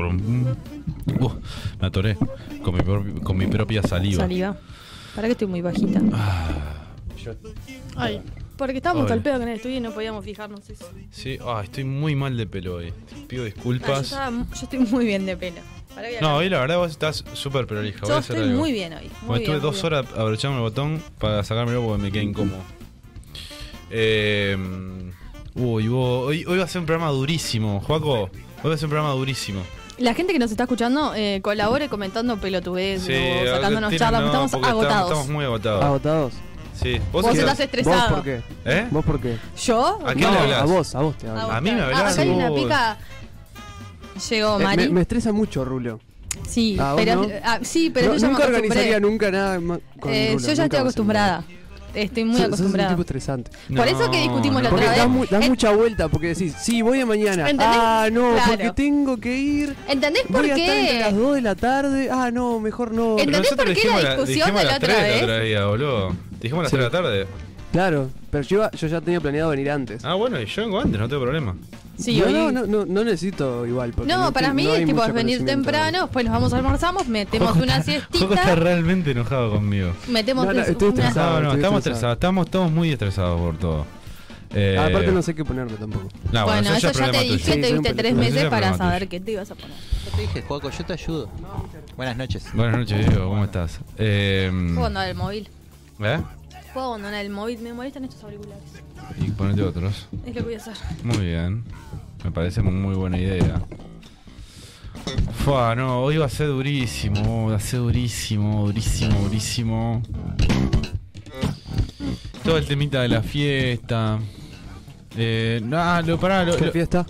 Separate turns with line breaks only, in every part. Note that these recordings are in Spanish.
Uh, me atoré con mi, pro- con mi propia saliva.
Saliva. ¿Para que estoy muy bajita?
Yo-
Ay, porque estábamos
Ay.
al pedo con el estudio y no podíamos fijarnos eso.
sí, ah, estoy muy mal de pelo hoy. Pido
Ah, yo,
disculpas.
estaba mu- yo estoy muy bien de pelo. Pará que
No,
acá-
hoy la verdad vos estás súper prolija. voy
yo
a hacer
estoy
algo.
muy bien hoy. Muy
Bueno, estuve
bien,
dos
muy bien.
horas abrochando el botón para sacármelo porque me quedé incómodo. Eh, uy, vos- hoy, hoy va a ser un programa durísimo, Joaco. Hoy va a ser un programa durísimo.
La gente que nos está escuchando eh, colabore comentando pelotudez, o sacándonos
tienen-
charlas, porque
no,
estamos
porque
agotados.
Estamos muy agotados.
¿Agotados?
Sí.
Vos
estás-
estás
¿Vos
estresado.
por qué?
¿Eh?
¿Vos por qué?
¿Yo?
¿A quién
No,
le hablas?
a vos, a vos te hablo.
Ah,
A mí me
vos.
hablás,
Ah, acá hay una
vos.
pica. Llegó
Eh,
Mari.
me, me estresa mucho, Rulo.
Sí,
Ah, ¿vos
pero,
no?
ah, sí, pero
No,
yo ya me
nunca
acostumbré.
organizaría nunca nada ma- con
Eh,
Rulo,
yo ya
nunca
estoy
vas a
acostumbrada. Estoy muy
Sos- sos
acostumbrada.
un tipo estresante.
Por eso que discutimos la
Porque
otra
das,
vez.
mu- das
Eh,
mucha vuelta, porque decís, sí, voy a mañana.
¿Entendés?
Ah, no,
Claro.
porque tengo que ir.
¿Entendés por
Voy a estar entre las
qué?
2 de la tarde. Ah, no, mejor no.
En-
Pero
¿Entendés
nosotros
por qué la
dijimos
discusión
dijimos
de la
las
otra
tres
vez?
otra día, boludo. Dijimos las
Sí.
3 de la tarde.
Claro, pero yo, iba- yo ya tenía planeado venir antes.
Ah, bueno, y yo vengo antes, no tengo problema.
Sí,
no,
hoy-
no, no, no, no necesito igual. porque
No, para
te-
mí
no hay
es tipo
mucho
venir
conocimiento.
temprano, después nos vamos almorzamos, metemos
Joco
una
está- Joco está
siestita,
realmente enojado conmigo.
metemos
No, no,
un-
estoy
una-
estresado.
No, no,
estoy
estamos
estresado.
estresados, estamos todos muy estresados por todo. Eh,
Ah,
Aparte, no sé qué ponerme tampoco.
no,
Bueno,
eso
eso
es
ya
problema
te
tuyo.
dije,
Sí,
te
soy un
viste tres
pelotudo.
Eso ya
meses
es
para
problema
saber
tuyo.
qué te ibas a poner.
Yo te dije, Juaco, yo te ayudo. Buenas noches.
Buenas noches, Diego, ¿cómo estás? Eh,
Mm.
Puedo abandonar el móvil.
¿Eh?
Puedo abandonar el móvil, me molestan estos auriculares.
Y ponete otros.
Es lo que voy a hacer.
Muy bien. Me parece mu- muy buena idea. Fua, no, hoy va a ser durísimo, va a ser durísimo, durísimo, durísimo. Todo el temita de la fiesta. Eh, no, ah, lo pará, lo,
¿Qué
lo-
fiesta?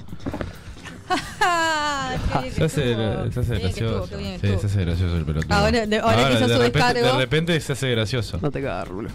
Ah, qué bien que
se hace,
estuvo.
se
Qué
hace
bien que
gracioso.
estuvo, qué bien que
Sí,
estuvo.
se hace gracioso el pelotudo.
Ahora- de- ahora que hizo su
repente,
descargo.
De repente se hace gracioso.
No te cagas, Rulo.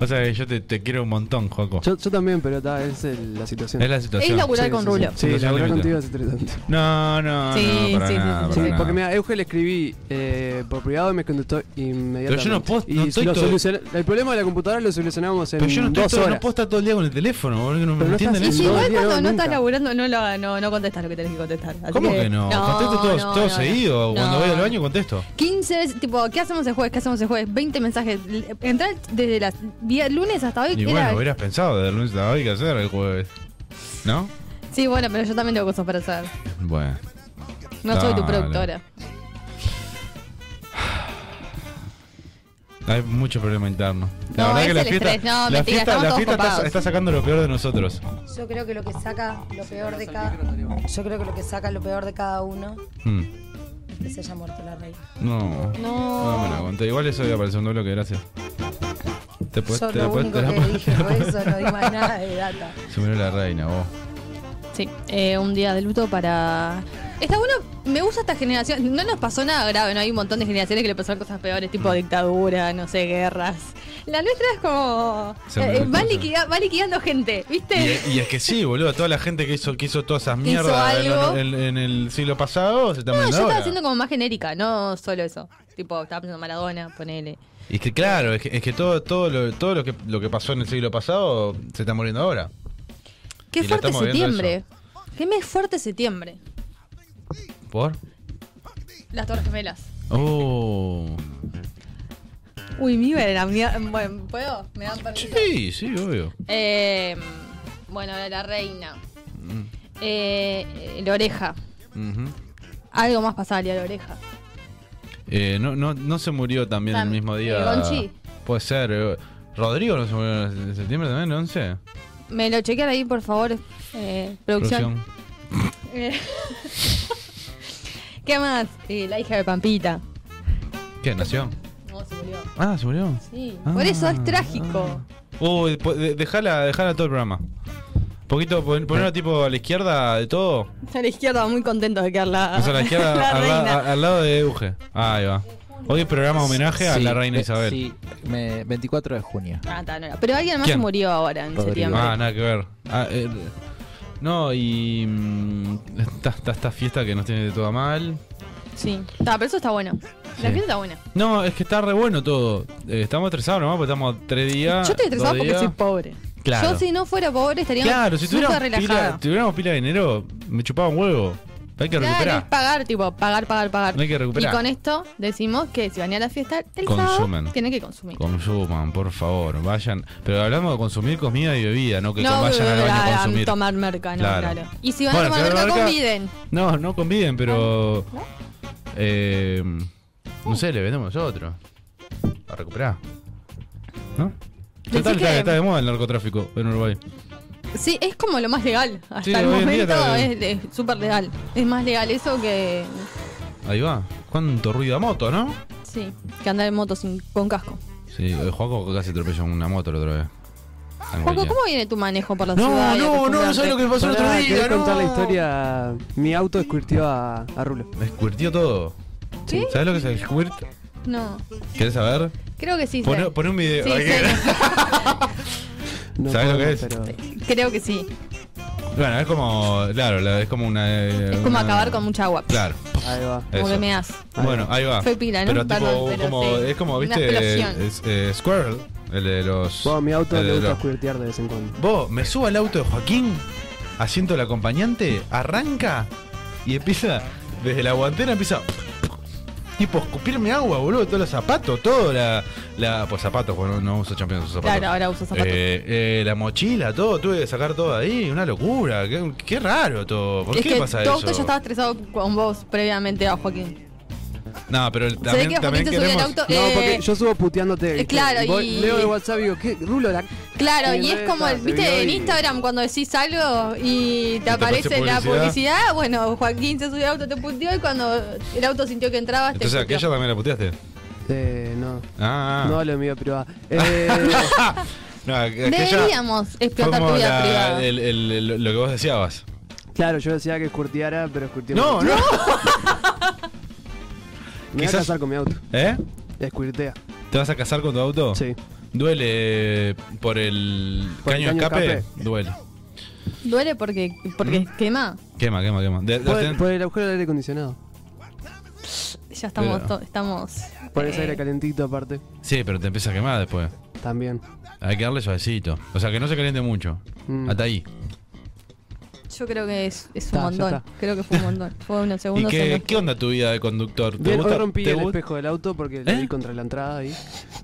O sea que yo te, te quiero un montón, Joaco.
Yo, yo también, pero está, es el- la situación.
Es la situación.
Es laburar
Sí,
con
sí,
Rulo.
Sí,
Situación
sí laburar
límite.
contigo es interesante.
No, no,
Sí,
no, para
sí, sí,
nada,
sí,
Sí,
para nada.
porque mira, a Euge le escribí eh, por privado y me contestó inmediatamente.
Pero yo no puedo-
Y
no estoy
lo
todo-
solucion- El problema de la computadora lo solucionamos en
Pero yo no estoy
dos
todo, no
horas.
puedo estar todo el día con el teléfono, boludo, no me
Pero no
entienden
estás-
Y
eso.
si
No,
igual
Diego,
cuando no
nunca.
estás laburando no, lo, no, no contestas lo que tenés que contestar. Así
¿Cómo que no? Contesto todo,
no,
todo
no,
seguido.
no.
Cuando voy al
No.
baño contesto.
15 veces, tipo, ¿qué hacemos el jueves? ¿Qué hacemos el jueves? 20 mensajes. L- Entrar desde las vía- lunes hasta hoy.
Y
era-
bueno, hubieras pensado de lunes a hoy que hacer el jueves. ¿No?
Sí, bueno, pero yo también tengo cosas para hacer.
Bueno.
No soy tu
Dale.
productora.
Hay mucho problema interno. La
No,
verdad
es
que la
el
fiesta,
estrés. No,
la
mentira,
fiesta,
estamos
la
todos
fiesta está,
copados.
está sacando lo peor de nosotros.
Yo creo que lo que saca lo peor de cada yo creo que lo que saca lo peor de cada uno
Mm.
es que se haya muerto la reina.
No.
No.
No me la aguanté. Igual eso iba para el segundo bloque, gracias. Te puedes,
Yo
Pues te la
lo
puedes-
único
te la
que
puedes-
dije fue eso, no di más nada de data.
Se murió la reina, vos.
Sí, eh, un día de luto para. Está bueno, me gusta esta generación. No nos pasó nada grave, ¿no? Hay un montón de generaciones que le pasaron cosas peores, tipo
Mm.
dictadura, no sé, guerras. La nuestra es como.
Se
eh,
merece.
va, liquida- va liquidando gente, ¿viste?
Y, y es que sí, boludo, a toda la gente que hizo, que hizo todas esas
hizo
mierdas en, lo-
algo.
en- en el siglo pasado se está
No, yo
muriendo
estaba
ahora.
haciendo como más genérica, no solo eso. Tipo, estaba pensando Maradona, ponele.
Y es que claro, es que, es que todo, todo, lo, todo lo, que, lo que pasó en el siglo pasado se está muriendo ahora.
Qué
Y la
fuerte
estamos viendo
septiembre. Qué mes fuerte septiembre.
¿Por?
Las Torres Gemelas.
Oh.
Uy, mi verga, mi- Bueno, ¿puedo? ¿Me dan permiso?
Sí, sí, obvio.
Eh, bueno, la, la reina.
Mm,
Eh, la oreja.
ujú.
Algo más pasaría a la oreja.
Eh, no, no, no se murió también
Tam-
el mismo
eh,
día.
Gonchi.
Puede ser. eh, Rodrigo no se murió en septiembre también, el 11.
Me lo chequean ahí, por favor. eh, producción.
Producción.
Eh, ¿Qué más? Eh, la hija de Pampita.
¿Qué? ¿Nació?
No, se murió.
Ah, se murió.
Sí.
Ah,
por eso es trágico.
Uy, po- de- dejala, dejala todo el programa. Poquito, pon-
Ah.
ponerla tipo a la izquierda de todo.
A la izquierda, muy contento de quedar la,
O sea, a la
Ah.
izquierda,
la
al, la-
reina.
a- al lado de Euge. Ahí va. Hoy es programa homenaje a
Sí,
la
eh,
reina
ve-
Isabel.
Sí, me- 24 de junio.
Ah, ta, no era. Pero alguien más
¿Quién?
se murió ahora en
Rodrigo.
septiembre.
Ah, nada que ver. Ah, eh, no, y. mm, Esta, esta, esta fiesta que nos tiene de toda mal.
Sí. Ta, pero eso está bueno. La
Sí.
gente está buena.
No, es que está re bueno todo. Eh, estamos estresados nomás porque estamos a tres días.
Yo estoy estresada
dos
porque
días.
soy pobre.
Claro.
Yo si no fuera pobre estaría
Claro, si
súper
tuviéramos
relajada.
pila, tuviéramos pila de dinero, me chupaba un huevo. Hay que
Claro, es
recuperar.
pagar, tipo, pagar, pagar, pagar.
No hay que recuperar.
Y con esto decimos que si van a ir a la fiesta, el
Consumen.
sábado tienen que consumir.
Consuman, por favor, vayan. Pero hablamos de consumir comida y bebida, no que
no
vayan al baño a
a
consumir.
tomar merca, no,
Claro.
claro. Y si van
Bueno,
a tomar
si van a
merca,
tomar
conviden.
No, no conviden, pero.
Ah,
Eh, no sé, le vendemos nosotros. Para recuperar. ¿No? Total,
que-
está, está de moda el narcotráfico en Uruguay.
Sí, es como lo más legal. Hasta
Sí,
el
hoy en día
momento
está
es es súper legal. Es más legal eso que.
Ahí va. ¿Cuánto ruido a moto, no?
Sí, que andar en moto sin, con casco.
Sí, el Juaco casi atropelló una moto la otra vez. Algo
Juaco,
que-
¿cómo viene tu manejo por la ciudad?
No,
y
no, no, no
acostumbrarte?
sabes lo que me pasó el otro
Pará,
día.
quería
No.
contar la historia. Mi auto escurtió a, a Rulo.
Me escuirtió todo.
¿Sí?
¿Sabes lo que es el squirt?
No,
¿Querés saber?
creo que sí.
Poné,
sé.
poné un video.
Sí,
Ay, que-
sé.
No
¿Sabés lo
podemos,
que es?
pero-
creo que sí.
Bueno, es como. Claro, la- es como una.
Es como acabar con mucha agua.
Ah, Claro.
Ahí va.
Como
eso.
que me das.
Bueno, ahí va.
Fue pila, ¿no?
Pero tipo,
Perdón, pero
como,
sí.
es como,
Una
viste,
explosión.
es, eh, Squirrel, el de los...
Bueno, mi auto
el
le
de
gusta
los-
escurtear de vez en cuando.
Vos, me subo al auto de Joaquín, asiento del acompañante, arranca y empieza, desde la guantera empieza... Tipo, escupirme agua, boludo, todos los zapatos, todo la... la pues zapatos, bueno, no uso champions, uso zapatos.
Claro, ahora uso zapatos.
Eh, eh, la mochila, todo, tuve que sacar todo ahí, una locura, qué, qué raro todo, ¿por
es
qué
que
pasa
tu
eso?
auto ya estaba estresado con vos previamente a Joaquín.
No, pero
Se ve
también,
que Joaquín
también
te subió el
queremos...
auto.
No,
eh,
porque yo subo puteándote.
eh,
¿viste?
claro,
Voy-
y-
Leo el WhatsApp y digo, ¿qué? Rulo, la...
Claro,
Sí,
y
no
es
está,
como, el-
te vio
viste, en
y-
Instagram cuando decís algo y te
te
aparece
aparece
la
publicidad.
publicidad, bueno, Joaquín se subió al auto, te puteó y cuando el auto sintió que entrabas,
Entonces
te puteó.
aquella también la puteaste.
Eh, no.
Ah,
No lo mío privado. Eh,
No, aquella
Deberíamos
fue
explotar tu
como
vida
la-
privada.
el- el- el- lo que vos deseabas.
claro, yo decía que escurteara, pero escurteó.
No, no.
Me voy a
Quizás-
casar con mi auto.
¿Eh?
Escurtea.
¿Te vas a casar con tu auto?
Sí.
¿Duele por el
Por el
caño de
caño de
escape?
escape.
Duele.
Duele porque, porque
¿Mm?
quema.
Quema, quema, quema. De- de-
Por,
ten-
por el agujero del aire acondicionado.
Ya estamos,
Pero-
to- estamos.
Por ese
eh,
aire calentito aparte.
Sí, pero te empieza a quemar después.
También.
Hay que darle suavecito. O sea, que no se caliente mucho.
Mm.
Hasta ahí.
Yo creo que es, es un
Está, ya
montón.
está.
Creo que fue un montón. Fue unos
¿Y
segundos. en
qué,
los
qué onda tu vida de conductor? ¿Te
Bien, hoy
gusta?
rompí
te
el
gu-
espejo del auto porque
¿Eh?
lo vi contra la entrada ahí.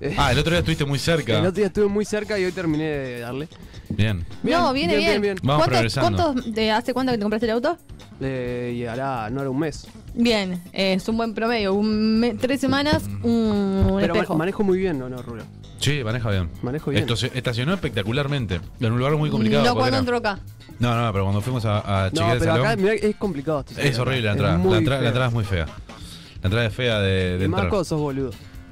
Eh,
Ah, el otro día estuviste muy cerca.
El otro día estuve muy cerca y hoy terminé de darle.
Bien.
No, viene bien. ¿Cuántos,
Vamos progresando.
cuántos de hace cuánto que te compraste el auto?
Eh, y hará, no era un mes.
Bien, eh, es un buen promedio. Un me- tres semanas,
Mm.
un
Pero ma-
espejo.
manejo muy bien, no, no, Rulo.
Sí, maneja bien.
Manejo bien.
Esto se- estacionó espectacularmente. En un lugar muy complicado.
no
porque
cuando
era-
entró acá.
No, no, pero cuando fuimos a, a
No,
chequear el
pero
salón,
acá mirá, es complicado. esto,
es horrible la
es
entrada.
muy
La, entrada- la
feo.
entrada es muy fea. La entrada es fea de, de
Y más
entrar.
cuando sos boludo.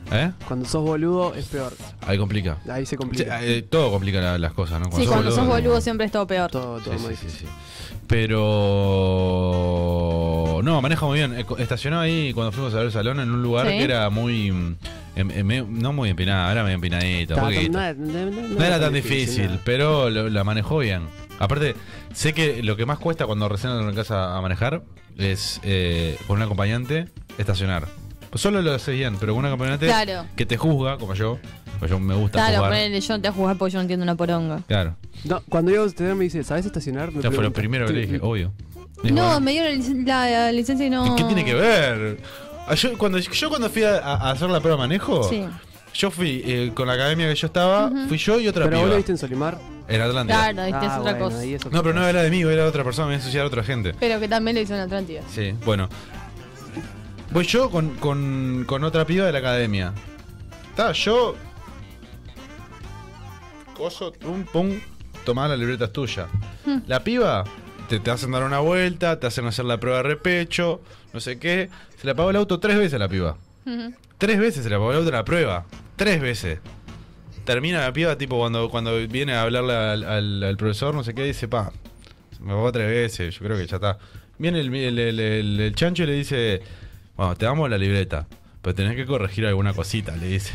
¿Eh?
Cuando sos boludo es peor.
Ahí complica.
Ahí se complica.
Sí, eh, todo complica la- las cosas, ¿no?
sí, cuando sos boludo
sí,
siempre es todo peor.
Todo, todo muy
sí, sí,
difícil.
sí. Pero. No, maneja muy bien. Eh, co- Estacionó ahí cuando fuimos a ver el salón en un lugar
Sí.
que era muy. mm, em- em- medio- no muy empinada, era medio empinadita.
Ta-
un poquito.
no, no- no-
No era tan difícil,
nada.
pero lo- la manejó bien. Aparte, sé que lo que más cuesta cuando recién arrancas a, a manejar es eh, con un acompañante estacionar. Pues solo lo haces bien, pero con un acompañante
Claro.
que te juzga, como yo, porque yo me gusta
Claro,
juzgar.
ponele, yo no te voy a jugar porque yo no entiendo una poronga.
Claro,
No, cuando yo a estudiar me dice, ¿sabes estacionar? Me
ya fue lo
pregunta.
primero que le dije, "Oh, obvio. Dijo,
No,
bueno,
me dieron la lic- la, la licencia y no.
¿Qué tiene que ver? Ah, Yo cuando, yo cuando fui a, a hacer la prueba de manejo,
Sí.
yo fui eh, con la academia que yo estaba, fui yo y otra
Pero vos
piba
lo viste en Solimar.
en Atlántida.
Claro, este es
Ah,
otra
bueno,
cosa.
ahí es otra
No, pero no
cosa.
era de mí, era de otra persona, me iba a ensuciar a otra gente.
Pero que también lo hizo en Atlántida.
Sí, bueno. Voy yo con, con, con otra piba de la academia. Está, yo. Coso, pum, pum. Tomá, la libreta es tuya. La piba, te, te hacen dar una vuelta, te hacen hacer la prueba de repecho, no sé qué. Se la pagó el auto tres veces a la piba.
Ujú.
Tres veces se la pagó el auto a la prueba. Tres veces. Termina la piba, tipo, cuando, cuando viene a hablarle al, al- al profesor, no sé qué, dice, pa, se me pagó tres veces, yo creo que ya está. Viene el, el- el- el- el chancho y le dice, bueno, te damos la libreta, pero tenés que corregir alguna cosita, le dice.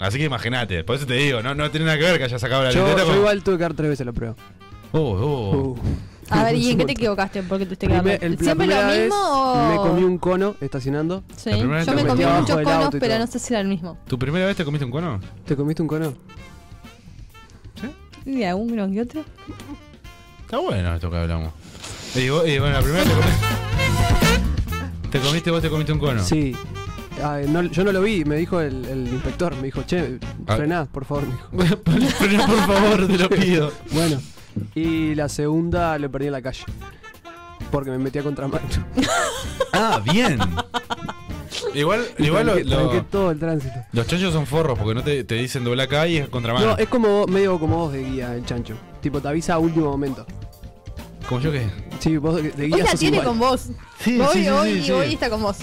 Así que imagínate, por eso te digo, no, no tiene nada que ver que haya sacado la
Yo,
libreta.
yo
con-
igual tuve que dar tres veces la prueba.
Oh, oh.
Uh.
A ver, ¿y en qué te
Primer-
equivocaste? ¿Por qué tuviste que
el-
darle?
la
¿Siempre lo
primera vez
mismo o.?
Me comí un cono estacionando.
Sí,
La primera vez
yo
te
me comí
metí abajo
muchos
del
conos,
auto y
pero
todo.
no sé si era el mismo.
¿Tu primera vez te comiste un cono?
¿Te comiste un cono?
Y a uno que otro.
Está bueno esto que hablamos. Y, vos- y bueno, la primera te comiste. Te comiste, vos te comiste un cono.
Sí. Ah, no- yo no lo vi, me dijo el, el inspector, me dijo, che,
Ah.
frená, por favor, me dijo.
Frená, por favor, te lo pido.
Bueno, y la segunda lo perdí en la calle. Porque me metí a contramano.
Ah, bien. Igual, igual lo-
Tranqué-
lo-
tranqué todo el tránsito.
los chanchos son forros porque no te, te dicen doblar acá y es contramano.
No, es como vos- medio como vos de guía, el chancho. Tipo, te avisa a último momento.
Como yo que.
Sí, vos de de guía
Hoy la
sos
tiene
igual.
con vos.
Sí,
hoy,
sí, sí,
hoy,
sí, sí.
hoy está con vos.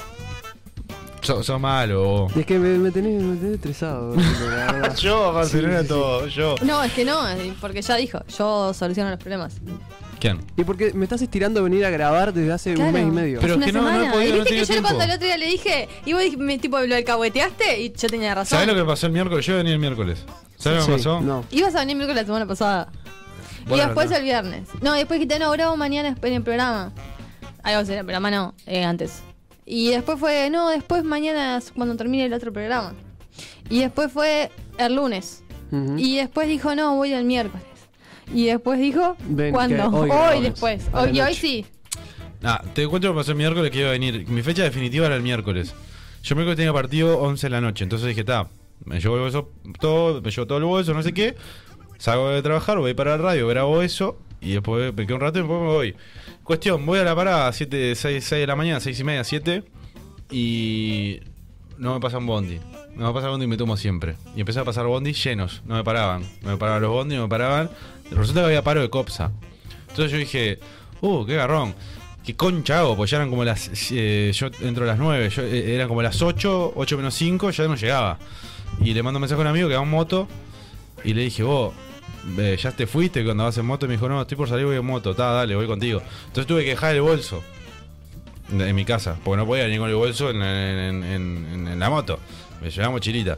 So- Sos malo. vos.
Y Es que me, me tenés, me tenés estresado. boludo, la verdad.
Yo,
Barcelona,
todo, yo.
No, es que no, eh, porque ya dijo, yo soluciono los problemas.
¿Quién?
Y porque me estás estirando a venir a grabar desde hace
Claro.
un mes y medio.
Pero-
es una
es que no- no he
semana.
podido,
Y
no he
viste que yo
tenido tiempo.
cuando el otro día le dije, y vos dij- me, tipo lo alcahueteaste y yo tenía razón.
¿Sabés lo que me pasó el miércoles? Yo venía el miércoles. ¿Sabés lo
Sí,
que me pasó?
No.
Ibas a venir miércoles la semana pasada.
Bueno,
y después
no.
el viernes. No, después que te no grabo mañana en el programa. Algo será, pero mano, eh, antes. Y después fue, no, después mañana es cuando termine el otro programa. Y después fue el lunes.
Ujú.
Y después dijo, no, voy el miércoles. Y después dijo,
Ven, que
¿cuándo?
hoy
Hoy,
grabamos,
después.
a la
Hoy, y hoy
noche.
sí.
Ah, te cuento lo que pasó el miércoles que iba a venir. Mi fecha definitiva era el miércoles. Yo el miércoles tenía partido 11 de la noche. Entonces dije, ta, me llevo el bolso todo, me llevo todo el bolso, no sé qué. Salgo de trabajar, voy para la radio, grabo eso. Y después me quedo un rato y después me voy. Cuestión, voy a la parada a 7, 6, 6 de la mañana, 6 y media, 7. Y no me pasan bondi. No me pasa bondi y me tomo siempre. Y empecé a pasar bondi llenos. No me paraban. No me paraban los bondi, no me paraban. Resulta que había paro de copsa. Entonces yo dije, uh, qué garrón. ¿Qué concha hago? Pues ya eran como las. eh, yo entro a las 9, yo, eh, eran como las 8, 8 menos 5, ya no llegaba. Y le mando un mensaje a un amigo que va en moto. Y le dije, vos, eh, ya te fuiste cuando vas en moto. Y me dijo, no, estoy por salir, voy en moto. Ta, dale, voy contigo. Entonces tuve que dejar el bolso de- en mi casa, porque no podía venir con el bolso en, en- en- en- en la moto. Me llevaba mochilita.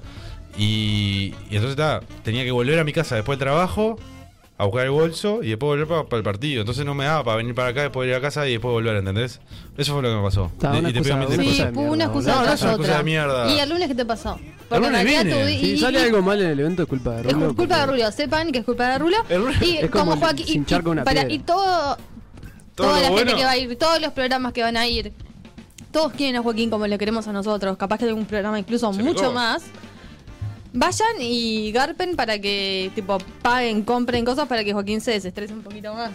Y, y entonces ta, tenía que volver a mi casa después del trabajo a buscar el bolso y después volver para el partido. Entonces no me daba para venir para acá, después ir a casa y después volver, ¿entendés? Eso fue lo que me pasó.
Ta,
De-
una
y te pido
excusa,
mil
una
disculpas.
Sí, fue una
cosa de mierda, boludo.
excusa
No, no
tras
es
otra.
una excusa de mierda.
¿Y el lunes qué te pasó?
El
Porque en
lunes
realidad
viene.
tú- y-
Si
y-
sale
y-
algo mal en el evento es culpa de
Es
Rulo. porque-
culpa de Rulo, sepan que es culpa de Rulo.
El Rulo-
Y
Es
como
como
Joaquín. y-
hinchar con
y
una
para-
piedra.
y todo,
Todo
toda
lo
la
bueno.
gente que va a ir, todos los programas que van a ir. Todos quieren a Joaquín como lo queremos a nosotros. Capaz que algún programa incluso
Se
mucho
pegó.
más. Vayan y garpen para que, tipo, paguen, compren cosas para que Joaquín se desestrese un poquito más.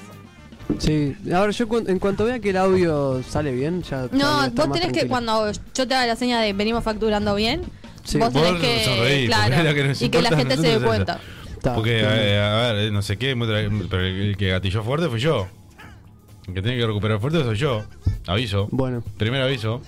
Sí. Ahora yo cu- en cuanto vea que el audio sale bien, ya. ya voy
No,
a estar
vos
más
tenés que,
tranquilo.
cuando yo te haga la seña de venimos facturando bien,
Sí.
vos tenés
Vos
que,
sonreí, porque es
claro,
lo que nos
y que la
importa a
gente se
nosotros
dé
es
cuenta.
Está,
Porque,
está bien.
eh, a ver, eh, no sé qué, muy tra- pero el el que gatilló fuerte fui yo. El que tiene que recuperar fuerte soy yo. Aviso.
Bueno.
Primero aviso.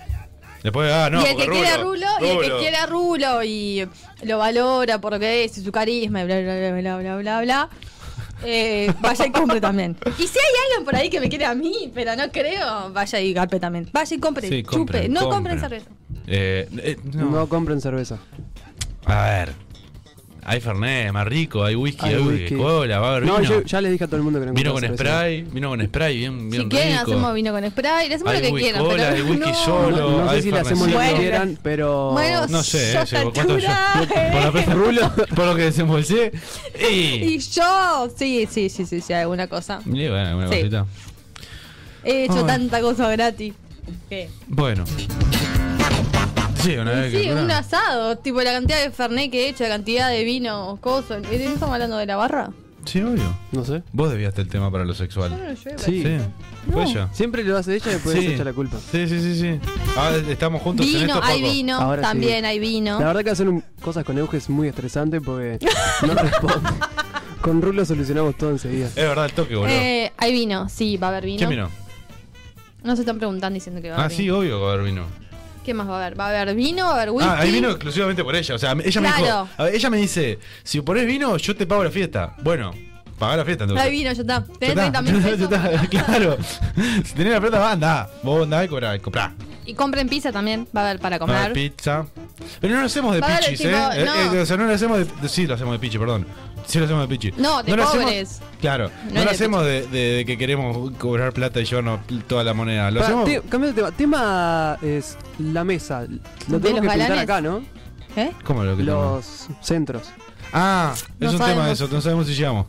Después, ah, no,
y el que
porque
quiere a Rulo, y el que quiere a Rulo y lo valora por lo que es y su carisma y bla bla bla bla bla bla bla. eh, vaya y compre también. Y si hay alguien por ahí que me quiere a mí, pero no creo, vaya y garpe también. Vaya y compre,
Sí,
chupe,
compren,
no
compren.
compren cerveza.
Eh, eh, no.
No. compren cerveza.
A ver. Hay Fernet, más rico, hay whisky, hay,
Hay
whisky.
whisky.
cola, va a haber
No,
vino.
yo ya les dije a todo el mundo que no
vino con
compren cerveza.
spray, vino con spray, bien, bien
si quieren,
rico.
hacemos vino con spray, le hacemos
Hay
lo que
whisky
quieran.
cola, hay
pero
whisky
no.
solo.
No, no
hay
sé si le hacemos lo que
farmacéutico.
quieran, pero.
Bueno,
No sé,
yo
ese, ¿cuánto yo? Por la
eh.
peste Rulo, por lo que desembolsé.
Y
Y,
yo, sí, sí, sí, sí, sí, alguna cosa.
Y bueno, alguna
Sí.
cosita.
He hecho
Ay.
tanta cosa gratis. ¿Qué?
Bueno. Sí, una vez
Sí,
que.
un asado, tipo la cantidad de fernet que he hecho, la cantidad de vino, cosas. ¿Eh, ¿No estamos hablando de la barra?
Sí, obvio.
No sé.
Vos debíaste el tema para lo
Yo
sexual.
no llevo.
Sí.
Sí. Fue ella.
Siempre lo hace ella y después
Sí.
echa la culpa.
Sí, sí, sí, sí. Ah, estamos juntos en
Vino,
esto,
hay
Paco.
vino,
Ahora sí.
también hay vino.
La verdad que hacer un- cosas con Euge es muy estresante porque no responde. con Rulo solucionamos todo enseguida.
Es verdad, el toque, boludo.
Eh, hay vino, sí, va a haber vino.
¿Qué vino?
No se están preguntando diciendo que va a
Ah,
haber
sí,
vino.
obvio que va a haber vino.
¿Qué más va a haber? Va a haber vino, va a haber whisky.
Ah, ahí vino exclusivamente por ella. O sea, ella me
Claro.
dijo. a ver, Ella me dice: si pones vino, yo te pago la fiesta. Bueno, pagá la fiesta entonces.
Hay vino, ya está.
Ya
Tenés 30 mil
está, ya
pesos.
está, claro. Si tenés la plata, va, andá. Vos andá y cobrá, y comprá.
Y compren pizza también, va a haber para
Va a
comer.
haber pizza. Pero no lo hacemos de
Va a haber,
pichis,
tipo,
¿eh? Eh,
no.
eh, O sea, no lo hacemos de, de- Sí, lo hacemos de pichi, perdón. Sí, lo hacemos de pichi.
No, de
lo
pobres.
Hacemos, claro.
No
No,
es
lo
de
hacemos de, de- de que queremos cobrar plata y yo no toda la moneda. Lo
Pa-
hacemos.
te- cambio de tema. Tema es la mesa. Lo
¿De
tenemos que
los
pintar
galanes?
acá, ¿no?
¿Eh?
¿Cómo lo que tenemos?
Los centros.
Ah,
No
es un tema
sabemos.
de eso. No sabemos si llegamos.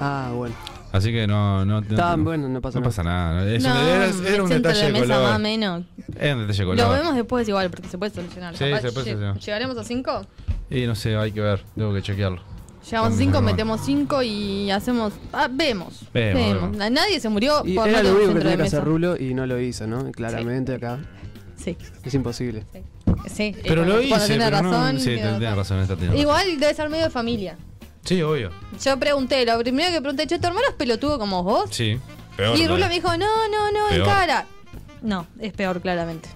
Ah, bueno.
Así que no, no, no-
Está
no-
bueno, no pasa
no
nada.
pasa nada. Es
no,
un- era, era un
centro
detalle
de
de
mesa más
color.
menos.
Era un detalle de color.
Lo vemos después igual, porque se puede solucionar.
Sí,
Capaz
se puede
lle-
solucionar.
¿Llegaremos a 5?
Y no sé, hay que ver, tengo que chequearlo.
Llegamos a
Con
5,
mi hermano.
metemos 5 y hacemos. ah, vemos.
Vemos, vemos.
Na- Nadie se murió
Y
por
era
no
lo
tener
único que
centro de
tenía que
mesa.
hacer Rulo y no lo hizo, ¿no? Claramente acá.
Sí,
Es imposible.
sí. sí.
Pero
Eh,
lo
cuando
hice,
tiene
pero no-
razón,
sí,
tiene
tenés
razón.
razón, esta tiene razón.
Igual debe ser medio de familia.
Sí, obvio.
Yo pregunté, lo primero que pregunté, che, ¿tu hermano es pelotudo como vos?
Sí. Peor.
y Rulo
todavía.
me dijo, no, no, no, en
Peor.
cara. No, es peor, claramente.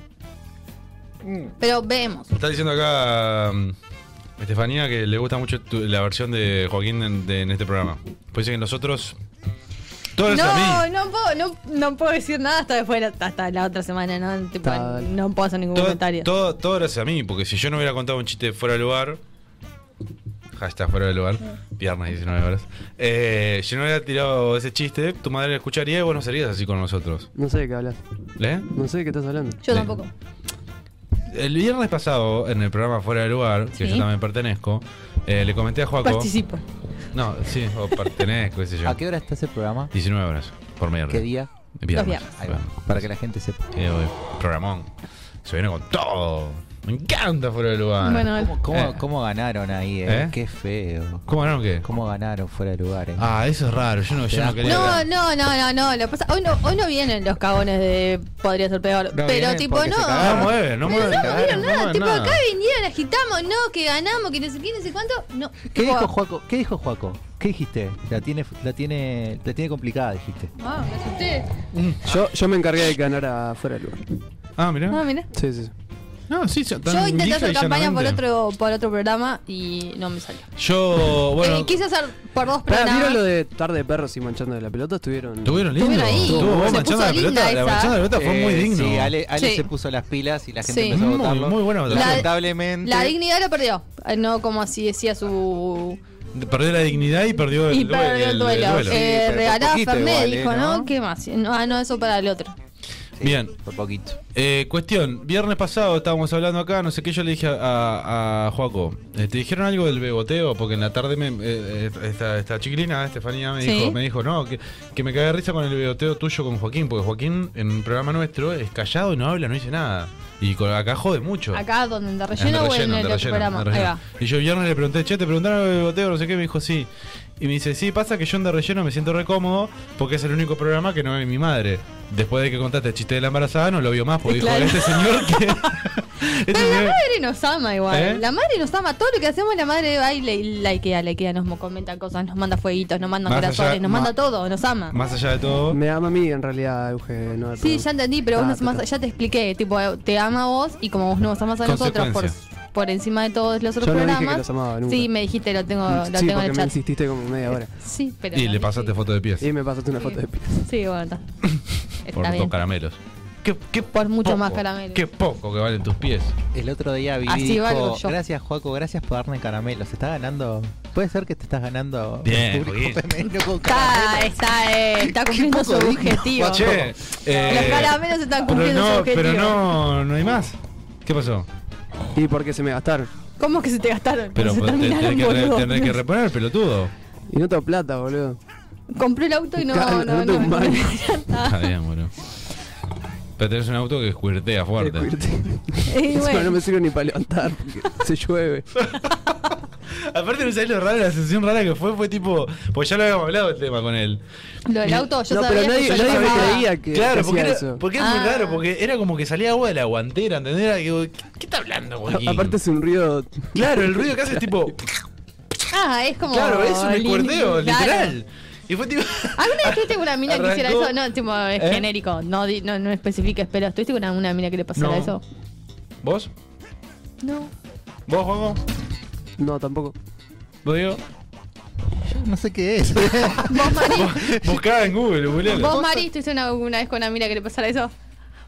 Pero vemos.
Está diciendo acá mm, Estefanía que le gusta mucho tu- la versión de Joaquín en, de- en este programa. Pues dice que nosotros. Todo es a
No,
mí.
no puedo, no, no puedo decir nada hasta después, de la- hasta la otra semana, ¿no? Tipo,
Tal.
no puedo hacer ningún
Todo,
comentario.
todo, todo gracias a mí, porque si yo no hubiera contado un chiste fuera de lugar. Hashtag fuera de lugar. Piernas 19 horas. Eh, si no hubiera tirado ese chiste, tu madre lo escucharía y vos no serías así con nosotros.
No sé de qué hablas.
¿Eh?
No sé de qué estás hablando.
Yo
Sí.
tampoco.
El viernes pasado, en el programa Fuera de Lugar, que
Sí.
yo también pertenezco, eh, le comenté a Joaco.
Participo.
No, sí, o pertenezco, qué sé yo.
¿A qué hora está ese programa?
19 horas por medio
¿Qué día?
Viernes.
Los viernes.
Ahí va, para que la gente sepa.
Eh, hoy, programón. Se viene con todo. Me encanta fuera de lugar.
Bueno,
¿Cómo, cómo,
Eh.
cómo ganaron ahí? eh?
¿Eh?
Qué feo.
¿Cómo ganaron qué?
¿Cómo ganaron fuera de lugar? eh?
Ah, eso es raro. Yo no, yo no quería.
No, no, no, no, no. Lo pasa, hoy, no hoy no vienen los cagones de podría ser peor.
No
pero
vienen
tipo,
porque
no.
se
No
cagaron.
mueve, no
Pero
mueve.
no movieron
no
nada,
mueve
tipo
nada.
acá vinieron, agitamos, no, que ganamos, que no sé qué, no sé cuánto. No.
¿Qué
Tipo,
dijo Juaco? ¿Qué dijo Juaco? ¿Qué dijiste? La tiene, la tiene, la tiene complicada, dijiste.
Ah, me asusté.
Yo, yo me encargué de ganar a fuera de lugar.
Ah,
Ah,
mirá.
mirá.
Sí, sí. sí.
No, sí, tan
Yo intenté
lisa
hacer
y
campaña por
llanamente.
otro, por otro programa y no me salió.
Yo, bueno.
Eh, quise hacer por dos
Pará,
programas.
¿Vieron lo de tarde de perros y manchando de la pelota? Estuvieron.
Tuvieron lindo.
Estuvieron ahí.
Estuvo vos
Se
manchando
puso
la
linda
pelota. La
esa.
manchada de la pelota fue muy
Eh,
digno.
Sí, Ale, Ale
Sí.
se puso las pilas y la gente
Sí.
empezó a
Muy,
votarlo.
muy buena votación.
Lamentablemente.
La dignidad lo perdió. Eh, No como así decía su.
Perdió la dignidad y perdió el,
y
due-
perdió el duelo.
Sí,
Eh,
pero por
regalaba
poquito
Fernet,
igual,
dijo,
eh,
¿no?
¿no?
¿Qué más? No, ah, no, eso para el otro.
Bien.
Por poquito.
Eh, cuestión, viernes pasado estábamos hablando acá, no sé qué, yo le dije a, a, a Joaco, eh, ¿te dijeron algo del beboteo? Porque en la tarde me, eh, eh, esta, esta chiquilina, Estefanía, me,
Sí.
dijo, me dijo, no, que, que me cagué de risa con el beboteo tuyo con Joaquín, porque Joaquín en el programa nuestro es callado y no habla, no dice nada. Y con- acá jode mucho.
Acá, donde en de
En
relleno o en
Ah, relleno,
el
en
otro
relleno,
programa.
en
Ahí
relleno.
va.
Y yo viernes le pregunté, che, te preguntaron algo de beboteo, no sé qué, me dijo sí. Y me dice, sí, pasa que yo en de relleno me siento re cómodo porque es el único programa que no ve mi madre. Después de que contaste el chiste de la embarazada, no lo vio más, porque
Claro.
dijo, este señor que. este
Pero la
señor-
madre nos ama igual.
¿Eh?
La madre nos ama. Todo lo que hacemos, la madre va y le likea, likea, nos comenta cosas, nos manda fueguitos, nos manda
Más
corazones,
allá-
nos manda
ma-
todo, nos ama.
Más allá de todo.
Me ama a mí en realidad, Euge. No, al
Sí,
programa.
ya entendí, pero vos
Ah,
no- más-
total.
ya te expliqué. Tipo, eh, te ama a vos y como vos nos amas a nosotros por,
Consecuencia.
por encima de todos los otros
Yo no dije
programas.
que los amaba nunca. Mm,
Sí, me dijiste, lo tengo, lo
sí,
tengo en
porque
el
me
chat.
insististe como media hora.
Sí, pero.
Y
no,
le
no,
pasaste
sí.
foto de pies.
Y me pasaste una foto de pies.
Sí, bueno, está. Está
Por dos
bien.
caramelos. Qué, qué
Por mucho
poco,
más caramelos.
Qué poco que valen tus pies.
El otro día viví.
Así
dijo,
valgo yo.
Gracias, Juaco, gracias por darme caramelos. Está ganando. Puede ser que te estás ganando.
Bien,
público
Joaquín.
femenino con
Está,
caramelos.
está, eh, está cumpliendo su
poco digno,
objetivo.
Ah, Che, eh,
Los caramelos están
pero
cumpliendo su
no,
objetivo.
pero no, no hay más. ¿Qué pasó?
Y porque se me gastaron.
¿Cómo que se te gastaron?
Pero
se
pues, te-
terminaron,
tenés que, re-
boludo.
tenés que reponer, pelotudo.
Y no tengo plata, boludo.
Compré el auto y no, no,
Claro,
no.
no te
no.
mal.
Ya está.
Está bien, boludo. Pero tenés un auto que escuirtea fuerte.
Y
Encima no
bueno,
me sirve ni para levantar porque se llueve.
Aparte, no sabés lo raro, la sensación rara que fue, fue tipo. Pues ya lo habíamos hablado el tema con él.
lo del auto yo
no,
sabía
pero nadie,
que se
nadie me
llamaba.
creía que, que
claro, porque
hacía
era,
eso.
porque era muy
Ah.
raro, porque era como que salía agua de la guantera, ¿entendés? Era que digo, ¿qué, qué está hablando, Joaquín?
A- Aparte es un río.
claro, el ruido que hace es tipo.
Ah, es como.
Claro, es un
lin-
escuerteo,
claro.
literal. Y fue tipo.
¿Alguna vez tuviste con una mina que hiciera
Arrancó.
eso? No, tipo, es
¿Eh?
genérico. No, di- no, no especifiques, pero ¿estuviste con alguna mina que le pasara
No.
eso?
¿Vos?
No.
¿Vos, Juanjo?
No, tampoco.
¿Vos digo?
Yo no sé qué es.
¿Vos, Mari?
Buscá en Google, googlealo.
¿Vos, Mari, estuviste una- alguna vez con una mina que le pasara eso?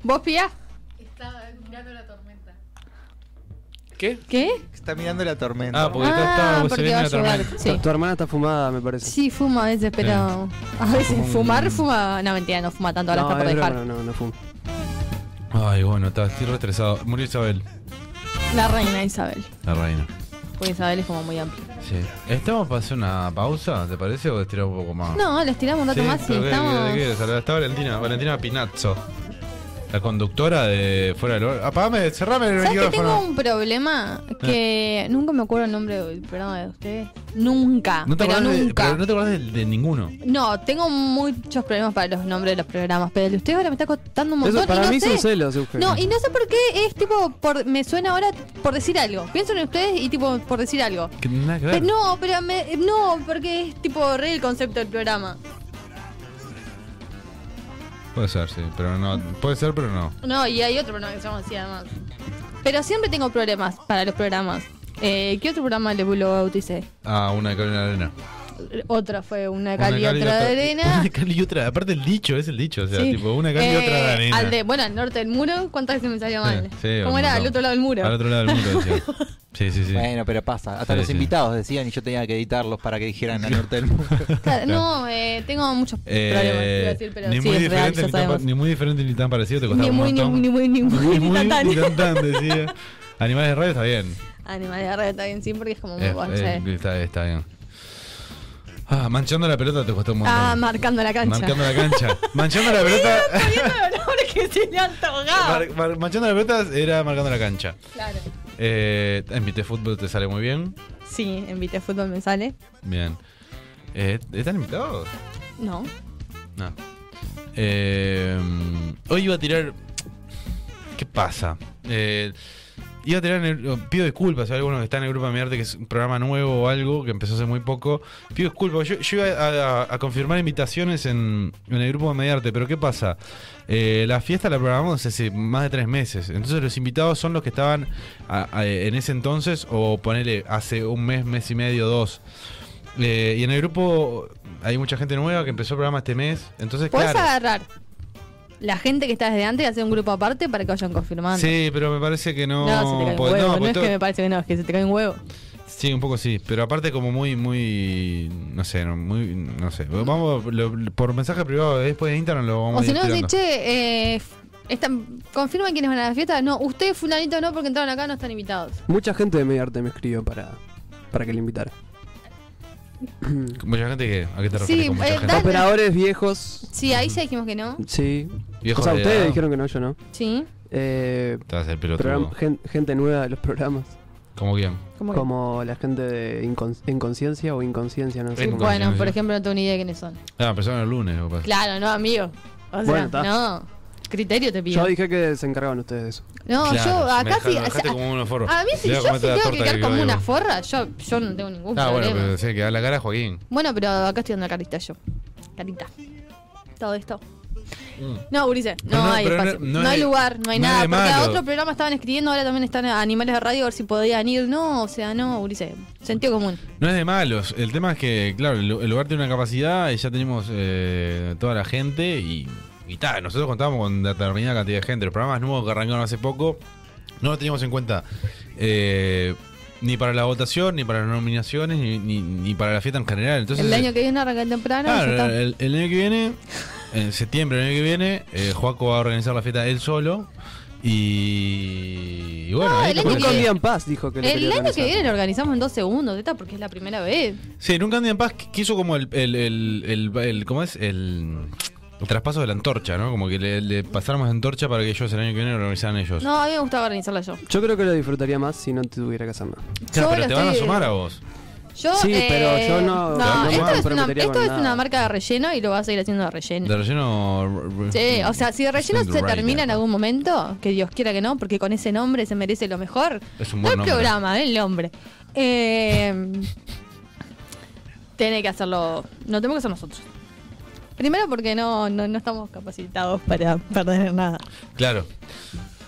¿Vos, Pía?
¿Qué?
¿Qué?
Está mirando la tormenta.
Ah, porque está-
ah,
está- se
porque
viene
va a
la tormenta.
llover. Sí.
Tu, tu hermana está fumada, me parece.
Sí, fuma a veces, pero. A veces fumar fuma. No, mentira, no fuma tanto, ahora
no,
está por
es
dejar.
broma, no, no fumo.
Ay, bueno, está, estoy re estresado. Murió Isabel,
La reina Isabel.
la reina.
Porque Isabel es como muy amplia.
Sí. ¿Estamos para hacer una pausa, te parece? ¿O estirar un poco más?
No, les tiramos un rato
Ah. Sí,
más y
pero ¿qué-
estamos.
qué- qué es? Está Valentina, Valentina Pinazzo. La conductora de Fuera del Hor- Apagame, cerrame el
¿Sabes que tengo
micrófono. Eh.
un problema? Que nunca me acuerdo el nombre del programa de ustedes. Nunca,
No te
pero
acordás de-
nunca.
pero no te acordás de, de ninguno.
No, tengo muchos problemas para los nombres de los programas, pero el de ustedes ahora me está costando un montón.
Eso para
y no
mí
sé,
son celos, Eugenio.
No, y no sé por qué es tipo, por, me suena ahora por decir algo. Pienso en ustedes y tipo, por decir algo.
Que nada que ver.
Pero no, pero me- no, porque es tipo re el concepto del programa.
Puede ser, sí, pero no. Puede ser, pero no.
No, y hay otro programa que se llama así además. Pero siempre tengo problemas para los programas. Eh, ¿Qué otro programa le lo bauticé?
Ah, una de cal y una de arena.
Otra fue una de
Una
cal
de
y
cal
otra de
Una
arena.
de cal y otra. Aparte el dicho, es el dicho. O sea,
Sí.
tipo, una de cal y otra de
Eh,
arena.
al de- bueno, al norte del muro, ¿cuántas veces me salió mal?
Sí, sí,
¿Cómo
un
era?
montón.
Al otro lado del muro.
Al otro lado del muro, decía. Sí, sí, sí.
Bueno, pero pasa. Hasta
Sí,
los
sí.
invitados decían y yo tenía que editarlos para que dijeran al norte del mundo.
Claro, no, eh, tengo muchos
Eh,
problemas, te iba a decir, pero
ni,
sí,
muy
es real,
diferente,
ya
ni, tan, pa-
sabemos.
ni muy diferente ni tan parecido, te costaba
Ni
un
muy, ni
montón.
muy, ni muy, ni muy, ni tan, tan.
ni tan, tan, decía. Animales de radio está bien.
Animal de red está bien, sí, porque es como muy
Es-
bueno.
es-
sí.
está, está bien. Ah, manchando la pelota te costó un montón.
Ah, marcando la cancha.
Marcando la cancha. manchando la pelota.
Poniendo dolores que se le han tocado.
mar- mar- manchando la pelota era marcando la cancha.
Claro.
Eh, en Vite Fútbol te sale muy bien.
Sí, en Vite Fútbol me sale.
Bien. Eh, ¿Están invitados?
No.
No. Eh, hoy iba a tirar. ¿Qué pasa? Eh, iba a tirar. en el- pido disculpas a algunos que están en el grupo de mi arte, que es un programa nuevo o algo que empezó hace muy poco. Pido disculpas. Yo, yo iba a, a- a confirmar invitaciones en, en el grupo de Mediarte, pero ¿qué pasa? Eh, la fiesta la programamos hace más de tres meses. Entonces los invitados son los que estaban a- a- en ese entonces, o ponele hace un mes, mes y medio, dos. Eh, y en el grupo hay mucha gente nueva que empezó el programa este mes. Entonces,
Puedes
claro.
agarrar la gente que está desde antes y hacer un grupo aparte para que vayan confirmando.
Sí, pero me parece que no.
No, se te cae un
pues,
huevo.
no,
No,
pues
es
todo-
que me parece que no, es que se te cae un huevo.
Sí, un poco sí. Pero aparte, como muy, muy. No sé, no, muy. No sé. Vamos, lo- por mensaje privado después de Instagram lo vamos
O si
a ir
no, sí,
tirando.
che, eh, f- están- confirman quiénes van a la fiesta. No, ustedes, fulanito, no, porque entraron acá, no están invitados.
Mucha gente de Mediarte me escribió para, para que le invitara.
Mucha gente que. ¿A qué te
Sí,
refieres con mucha
eh,
gente?
dale.
Operadores viejos.
Sí, ahí ya dijimos que no.
Sí.
Viejos
o sea,
de
ustedes
edad.
dijeron que no, yo no.
Sí.
Eh,
Te vas a hacer
program-
pelotudo.
gen- gente nueva de los programas.
¿Cómo quién?
¿Cómo que?
Como la gente de incon- inconsciencia o inconsciencia, no
Sí,
sé.
Nunca
bueno,
dijimos
por
eso.
ejemplo, no tengo ni idea de quiénes son.
Ah, empezaron el lunes, capaz.
Claro, no, amigo. O sea,
Bueno, ta.
no. Criterio te pido.
Yo dije que se encargaban ustedes de eso.
no,
Claro,
yo
me
acá
dejaron-
sí.
me
o
dejaste
sea,
como unos forros.
a mí si
Le
yo
voy a
sí
comer la
tengo que
torta
quedar
que
como
yo
una
digo.
forra, yo, yo no tengo ningún
Ah, bueno,
problema.
pero sí, que da la cara a Joaquín.
Bueno, pero acá estoy dando carita yo. Carita. Todo esto.
Mm.
No, Ulises, no,
Pero no,
hay
pero
espacio.
no-
No,
no
hay
es-
lugar, no hay
no
nada.
es
Porque a
malo.
otro programa estaban escribiendo, ahora también están a animales de radio, a ver si podían ir. No, o sea, no, Ulises. Sentido común.
No es de malos. El tema es que, claro, el, lu- el lugar tiene una capacidad y ya tenemos eh, toda la gente y, y tal. Nosotros contábamos con determinada cantidad de gente. Los programas nuevos que arrancaron hace poco no lo teníamos en cuenta eh, ni para la votación, ni para las nominaciones, ni, ni- ni para la fiesta en general. Entonces, eh,
el año que viene arranca temprano. ya
Claro,
está.
el, el año que viene, en septiembre del año que viene, eh, Joaco va a organizar la fiesta él solo. Y, y bueno,
No,
ahí
Ah, el
lo
año
podemos-
Nunca
que-
un día en paz dijo que lo
El
quería
año que
organizar.
viene lo organizamos en dos segundos, ¿está? Porque es la primera vez.
Sí, nunca andé en paz quiso como el, el, el, el- el- ¿cómo es? El, el traspaso de la antorcha, ¿no? Como que le, le pasáramos la antorcha para que ellos el año que viene lo organizaran ellos.
No, a mí me gustaba organizarla yo.
Yo creo que lo disfrutaría más si no tuviera que hacer nada.
Claro,
yo
pero
lo
te van a
estoy-
sumar a vos.
Yo,
Sí,
eh,
pero yo no-
no me
esto, es una,
comprometería
esto
con
es
nada.
una marca de relleno y lo vas a ir haciendo de relleno.
De relleno. r-
Sí,
r-
o sea, si de relleno se
Sandwriter.
termina en algún momento, que Dios quiera que no, porque con ese nombre se merece lo mejor.
Es un
no
buen
el
nombre.
programa, eh, el nombre. Eh, tiene que hacerlo. No tenemos que hacer nosotros. Primero porque no, no, no estamos capacitados para perder nada.
Claro.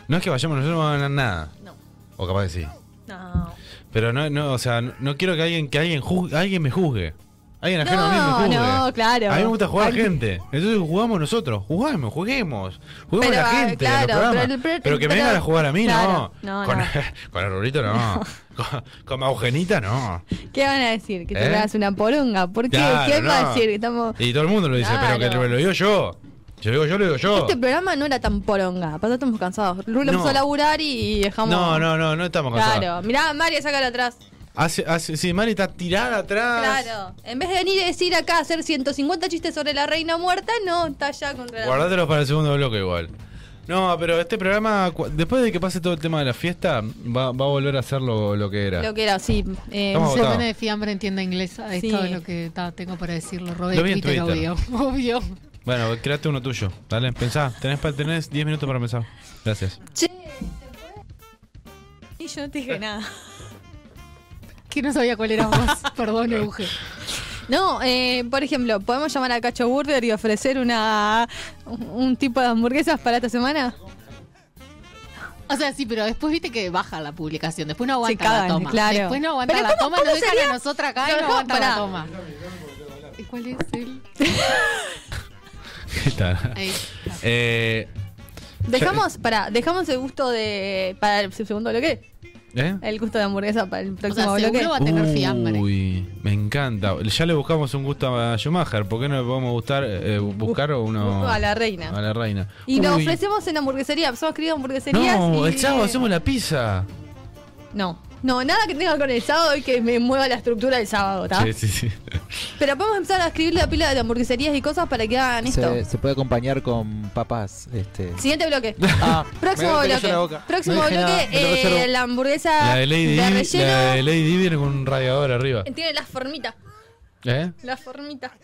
No es que vayamos, nosotros no vamos a ganar nada.
No.
O capaz que sí.
No.
Pero no, no, o sea, no, no quiero que alguien, que alguien juzgue- alguien me juzgue. Alguien ajeno a mí me
No,
juzgue.
no, claro.
A mí me gusta jugar
Alguien-
gente. Entonces jugamos nosotros. Jugamos, juguemos. Juguemos
Pero,
a
ah,
la gente. a los
claro,
programas.
pero el-
pero,
pero-
que me
pero-
vengan a jugar a mí,
claro,
no.
no,
con,
no.
con el rulito, no. Con, con Maugenita, no.
¿Qué van a decir? ¿Que
¿Eh?
te hagas una poronga? ¿Por qué?
Claro,
¿Qué va a
no.
decir? Que Estamos...
Y todo el mundo lo dice, pero que
Claro.
lo digo yo. Si lo digo yo, lo digo yo.
Este programa no era tan poronga. Aparte estamos cansados. Rulo
No.
empezó a laburar y, y dejamos...
No, no, no, no estamos cansados.
Claro. Mirá, María, sácala atrás.
Hace, hace, sí, Mari está tirada atrás.
Claro, en vez de venir a decir acá a hacer 150 chistes sobre la reina muerta, no, está allá contra la...
Guardatelos para el segundo bloque igual. No, pero este programa, cu- después de que pase todo el tema de la fiesta, va, va a volver a ser lo, lo que era.
Lo que era, sí. eh,
Estamos
Semana
agotados.
de fiambre en tienda inglesa.
Sí.
Esto es lo que ta, tengo para decirlo. Robé
Lo vi en
Twitter,
Twitter.
obvio. obvio.
Bueno, créate uno tuyo. Dale, pensá. Tenés, pa- tenés 10 minutos para pensar. Gracias.
Che, ¿se puede? Y yo no te dije nada.
Que no sabía cuál era vos. Perdón, Euge.
No, eh, por ejemplo, ¿podemos llamar a Cacho Burger y ofrecer una un- un tipo de hamburguesas para esta semana?
O sea, sí, pero después viste que baja la publicación. Después no
Se
aguanta
cagan,
la toma.
claro.
Después no aguanta
Pero
la
¿cómo-
toma.
cómo
Nos dejan
sería?
a nosotras
Lo
acá y no
dejamos
aguanta
pará.
la toma. ¿Y ¿Cuál es el...?
Ahí está.
Ahí está.
Eh,
Dejamos, para, dejamos el gusto de para el segundo bloque,
¿eh?
el gusto de hamburguesa para el
O
próximo
sea,
bloque.
seguro va a tener
uh.
fiambre.
Uy, me encanta. Ya le buscamos un gusto a Schumacher. ¿Por qué no le podemos gustar, eh, buscar uno
Gusto a la reina.
A la reina.
Y nos
Uy,
ofrecemos en hamburguesería, somos queridos hamburgueserías.
No,
y-
el chavo hacemos la pizza.
No, no, nada que tenga que ver con el sábado y que me mueva la estructura del sábado, ¿tá?
Sí, sí, sí.
Pero podemos empezar a escribir la pila de hamburgueserías y cosas para que hagan esto.
Se, se puede acompañar con papas. Este.
Siguiente bloque.
Ah,
Próximo
me- me cayó
bloque.
la boca.
Próximo
No dije
bloque,
nada, me lo
eh,
reservo.
la hamburguesa
La de Lady
de
Di,
relleno.
la de Lady Di viene con un radiador arriba.
Tiene la formita,
¿Eh?
la formita.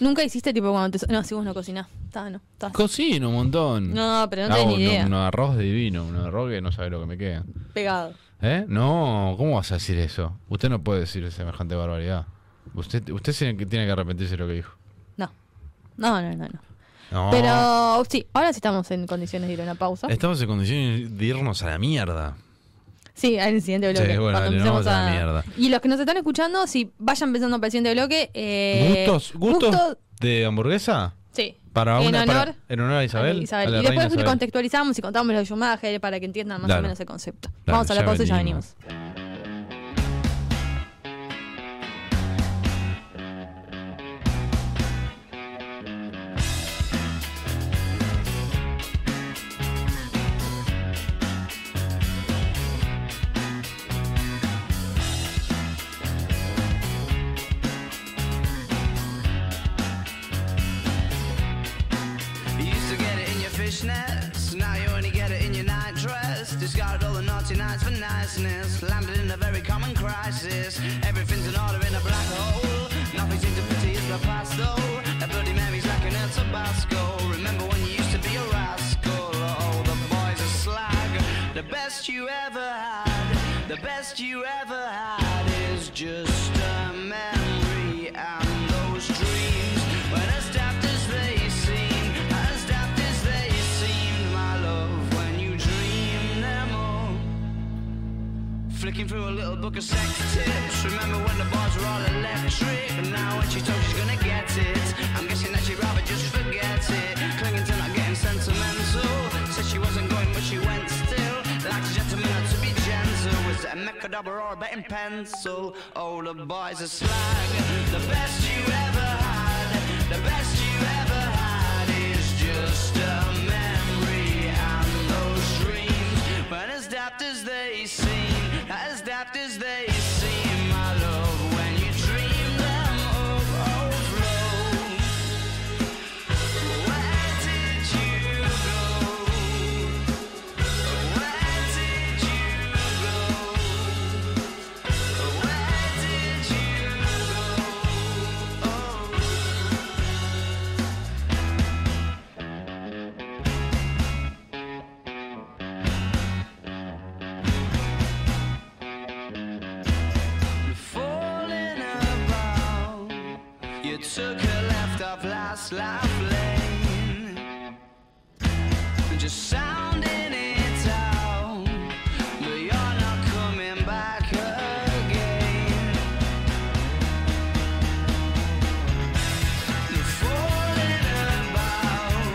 Nunca hiciste tipo cuando te... No, si vos no cocinás. Está, no, está.
Cocino un montón.
No, pero no
Hago
tenés
un,
ni idea.
un arroz divino, un arroz que no sabe lo que me queda.
Pegado.
¿Eh? No, ¿cómo vas a decir eso? Usted no puede decir semejante barbaridad. Usted, usted tiene que- tiene que arrepentirse de lo que dijo.
No. No, no, no, no.
No. Eh,
Pero sí, ahora sí estamos en condiciones de ir a una pausa.
Estamos en condiciones de irnos a la mierda.
Sí, en el siguiente bloque.
Sí, bueno,
cuando
dale,
empecemos
vamos a la mierda.
Y los que nos están escuchando, si vayan pensando para el siguiente bloque. Eh,
¿Gustos, gustos de hamburguesa?
Sí.
Para
en
una,
honor.
para- en honor a Isabel. a la
Y
reina
después
Isabel.
contextualizamos y contamos los Schumacher para que entiendan más
Dale.
o menos el concepto.
Dale,
Vamos a la
ya
pausa y ya
venimos.
venimos.
You used to get it in your fishnets, now you only get it in your night dress. Discarded all the naughty nights for niceness, landed in a very common crisis. Everything's in order in a black hole, nothing seems to pity is the past though. A bloody memory's like an El Tabasco. Remember when you used to be a rascal? Oh, the boys are slag. The best you ever had, the best you ever had is just a memory and those dreams. But as daft as they seem, as daft as they seem, my love, when you dream them all. Flicking through a little book of sex tips. Remember when the bars were all electric? Now when she told she's gonna get it, I'm guessing that she'd rather just forget it. Clinging to not getting sentimental. Said she wasn't going, but she went still. Like a gentleman not to be gentle. Was it a mechadabra or a betting pencil? Oh, the boys are slag. The best you ever had, the best you ever had is just a memory and those dreams. But as daft as they seem, as daft as they seem, my love, when you dream them of overflow, where did you go? Where did you go? Where did you go? Oh. falling about. You took a left off last life lane. Just sounding it out, but you're not coming back again. You're falling about.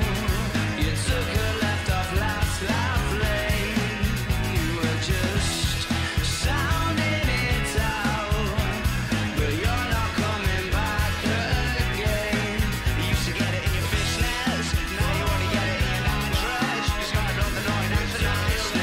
You took a left off last life lane. You were just sounding it out. But you're not coming back again. You used to get it in your fishnets. Now you only get it in your night dress. Discarded all the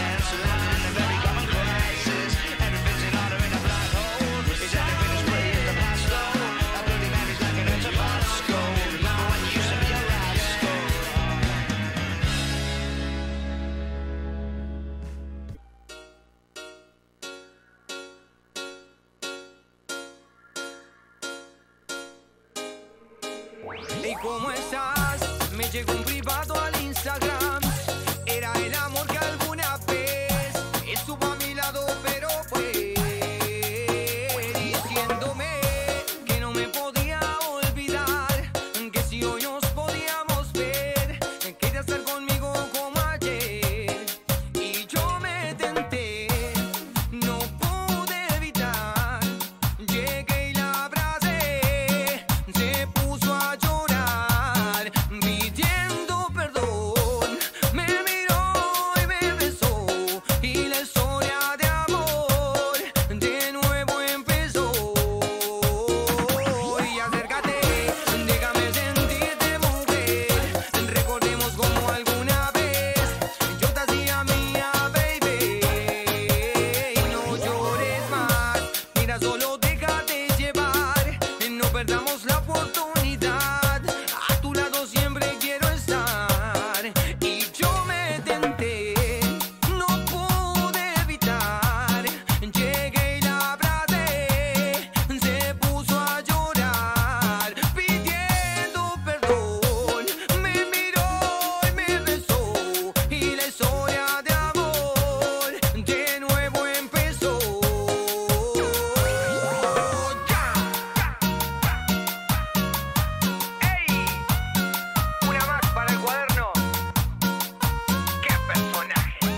Baby, ¿cómo estás? Me llegó un privado al Instagram. Era el amor que alguna vez estuvo a mi lado, pero fue diciéndome que no me podía olvidar. Que si hoy nos podíamos ver, quería estar conmigo como ayer. Y yo me tenté, no pude evitar. Llegué y la abracé, se puso a llorar, pidiendo perdón. Me miró y me besó, y la historia de amor de nuevo empezó. Y acércate, déjame sentirte mujer. Recordemos como alguna vez yo te hacía mía, baby. No llores más, mira, solo déjate llevar. No perdamos la oportunidad. A tu lado siempre quiero estar. Y yo me tenté, no pude evitar. Llegué y la abracé, se puso a llorar, pidiendo perdón. Me miró y me besó, y la historia de amor de nuevo empezó. Ya. ¡Ey! Una más para el cuaderno. ¡Qué personaje!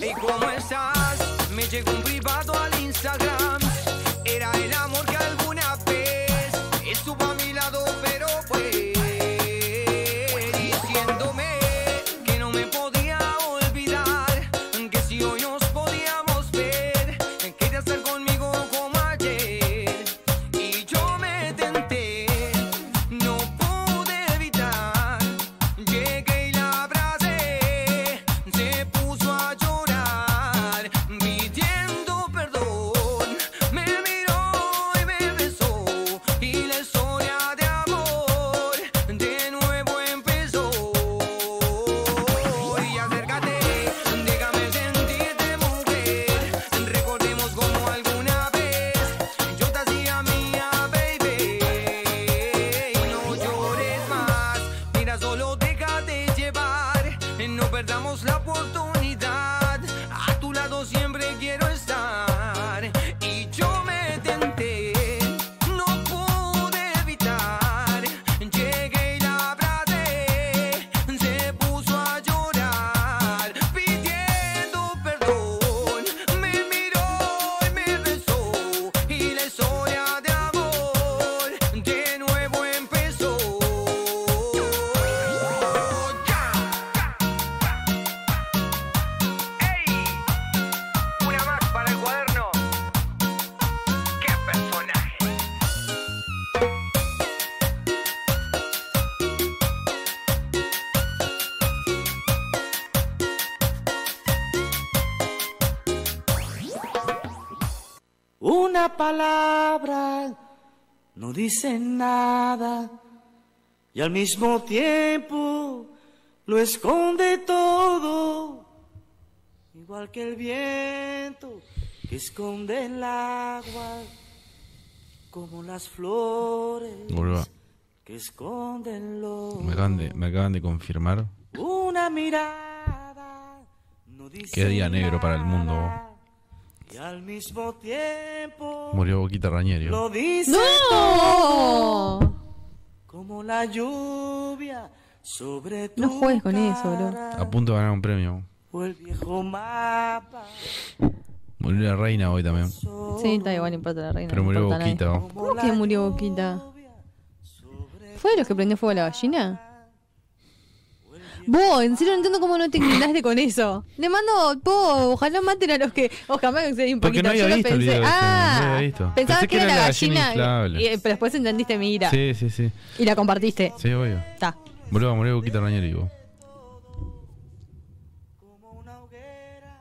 ¿Y cómo estás? Me llegó un privado al Instagram. Era el amor que alguna vez estuvo a mi lado, pero fue diciéndome que no me podía olvidar. Que si hoy nos podíamos ver, quería estar conmigo como ayer. Y yo me tenté, no pude evitar. Llegué y la abracé, se puso a llorar, pidiendo perdón. Me miró y me besó, y la historia de amor de nuevo empezó. Y acércate, déjame sentirte mujer. Recordemos como alguna vez yo te hacía mía, baby. No llores más, mira, solo déjate llevar. No perdamos la oportunidad. A tu lado siempre quiero estar. Y yo me tenté, no pude evitar. Llegué y la abracé, se puso a llorar, pidiendo perdón. Me miró y me besó, y la historia de amor de nuevo empezó. Ya. ¡Ey! Una más para el cuaderno. ¡Qué personaje!
Una palabra no dice nada y al mismo tiempo lo esconde todo, igual que el viento que esconde el agua, como las flores
Volvá.
que esconden lo.
Me acaban de, me acaban de confirmar
Una mirada no dice
qué día negro para el mundo.
nada, y al mismo tiempo
Murió Boquita Rañeri.
lo dice todo.
¡No!
Como la lluvia sobre tu
No juegues con eso, bro.
cara,
A punto de ganar un premio.
O el viejo mapa.
Murió la reina hoy también.
Sí, está igual, no importa la reina.
Pero
no
murió
importa a nadie.
Boquita. ¿no?
como
¿Cómo
la
que murió Boquita? ¿Fue de los que prendió fuego a la gallina? Vos, en serio no entiendo cómo no te inclinaste con eso. Le mando, po, ojalá maten a los que. Ojalá que se den un poquito.
Porque no había
Yo lo
visto el
pensé.
video ese,
ah,
no había visto.
pensabas
Pensé
que, era la gallina.
inflable.
y- eh, pero después entendiste mi ira.
Sí, sí, sí.
Y la compartiste.
Sí, obvio.
Está.
Boludo, murió Boquita Rañeri. vos.
una hoguera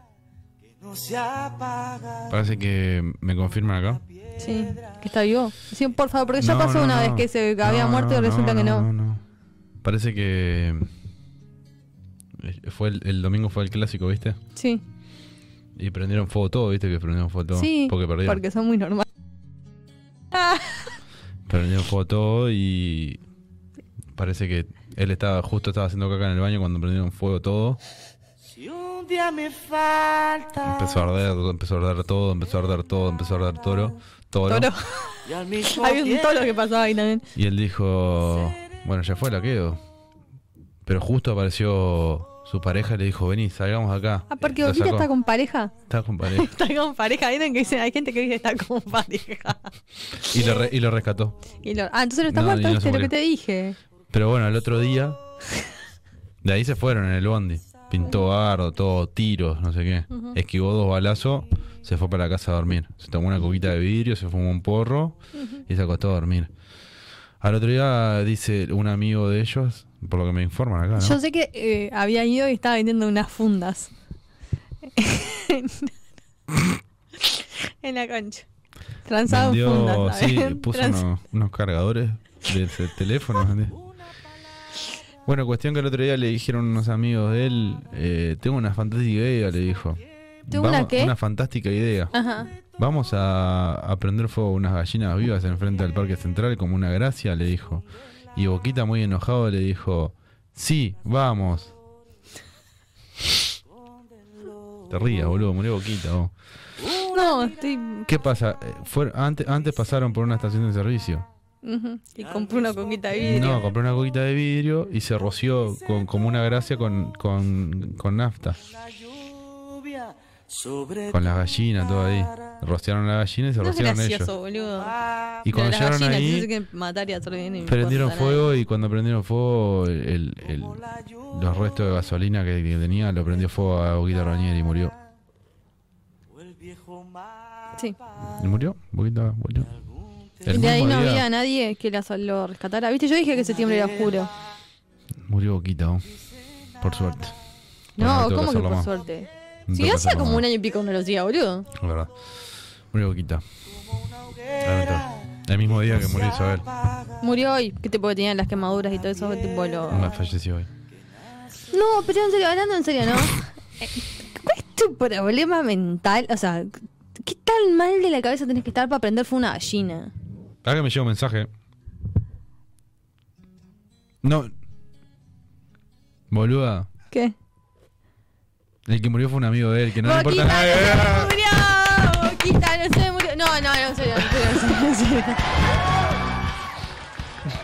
que no se apaga.
Parece que me confirman acá.
Sí. Que está vivo. Sí, por favor, porque ya
No,
pasó
no,
una
no.
vez que se que había
No,
muerto y
no,
resulta
no,
que no.
no, no. Parece que. Eh, Fue el, el domingo fue el clásico, ¿viste?
Sí.
Y prendieron fuego todo, ¿viste? Que prendieron fuego todo.
sí.
porque perdieron.
son muy normales. Ah,
Prendieron fuego todo y. Parece que él estaba justo estaba haciendo caca en el baño cuando prendieron fuego todo.
Si un día me
Ah.
falta.
Empezó a arder, empezó a arder todo, empezó a arder todo, empezó a arder toro. Toro.
toro.
Y al mismo
Había un
tiempo.
toro que pasaba ahí también.
Y él dijo, bueno, ya fue la quedo. Pero justo apareció su pareja y le dijo, vení, salgamos de acá.
Ah, porque
Lo
Boquita
sacó.
está con pareja.
Está con pareja.
Está con pareja. Vieron que dicen, hay gente que dice está con pareja.
Y lo, re- y lo rescató.
Y lo- ah, entonces no está
No,
muerto,
y no se
¿viste? lo
murió.
que te dije.
Pero bueno, al otro día, de ahí se fueron en el bondi. Pintó bardo, todo, tiros, no sé qué. Esquivó dos balazos, se fue para la casa a dormir. Se tomó una coquita de vidrio, se fumó un porro y se acostó a dormir. Al otro día dice un amigo de ellos, por lo que me informan acá, ¿no?
Yo sé que eh, había ido y estaba vendiendo unas fundas. en la concha. Transado en
Vendió-
fundas.
sí,
¿sabes?
puso
¿eh? Trans-
unos, unos cargadores de ese teléfono. vendió. Bueno, cuestión que el otro día le dijeron unos amigos de él, eh, tengo una fantástica idea, le dijo.
¿Tengo una qué?
Una fantástica idea.
Ajá.
Vamos a, a prender fuego unas gallinas vivas enfrente del parque central como una gracia, le dijo. Y Boquita muy enojado le dijo, sí, vamos. Te rías, boludo, murió Boquita. vos.
No, estoy.
¿Qué pasa? Eh, fue- antes, antes pasaron por una estación de servicio.
ujú, Y compré una coquita de vidrio.
No, compró una coquita de vidrio y se roció con, como una gracia con, con, con nafta.
La lluvia sobre
Con las gallinas, todo ahí. Rociaron las gallinas y se
No es
rociaron
gracioso,
ellos.
boludo.
Y
Pero
cuando
las
llegaron
gallinas,
ahí,
yo sé que matar y absorber, y no
prendieron
importa nada.
fuego y cuando prendieron fuego, el- el- los restos de gasolina que, que tenía lo prendió fuego a Boquita Rañer y murió.
el viejo mar.
Sí.
¿Y murió? Boquita murió. El
Y de ahí
mismo
no
día
había nadie que la lo rescatara. ¿Viste? Yo dije que septiembre era oscuro.
murió Boquita, ¿no? por suerte. Bueno,
No,
tuve que
¿cómo que
hacerlo
por
más.
suerte?
No
Sí,
tuve que
hacía
hacerlo
como
más.
un año y pico no lo hacía, boludo.
La verdad. Murió Boquita. Lamentable. El mismo día que murió Isabel.
Murió hoy, que tipo que tenían las quemaduras y todo eso, tipo lo...
Me falleció hoy.
No, pero en serio, hablando en serio, ¿no? Eh, ¿Cuál es tu problema mental? O sea, ¿qué tan mal de la cabeza tenés que estar para aprender fue una gallina?
Ahora que me llega un mensaje. No. Boluda.
¿Qué?
El que murió fue un amigo de él, que no le importa
Boquita, no
nada.
se murió! Boquita, no se murió. No, no, no, en serio, en serio, en serio, en serio.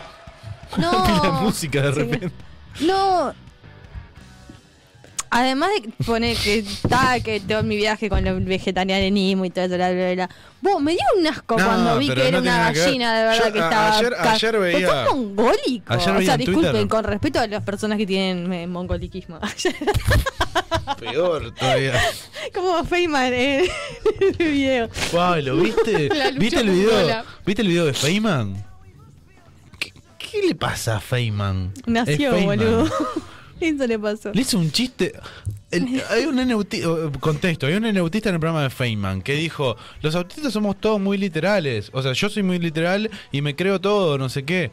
La
No.
música de repente.
No. Además de poner que está que todo mi viaje con el vegetarianismo y todo eso, bla, bla, bla. Vos, me dio un asco
No,
cuando vi
pero
que era
no tiene
una
nada que ver.
gallina, de verdad
Yo-
que
a-
estaba.
ayer-
ca-
ayer
Pero
veía-
sos mongólico.
Ayer
o
veía
sea,
en
disculpen,
Twitter.
con respeto a las personas que tienen eh, mongoliquismo.
Peor todavía.
Como Feynman en el video.
Wow, ¿lo viste?
La lucha
¿Viste el
por
video?
bola.
¿Viste el video de Feynman? ¿Qué, qué le pasa a Feynman? Es
Nació,
Feynman.
boludo. Eso le pasó.
Le hizo un chiste. El- hay un NUT contexto, hay un neutista en el programa de Feynman que dijo, los autistas somos todos muy literales, o sea, yo soy muy literal y me creo todo, no sé qué.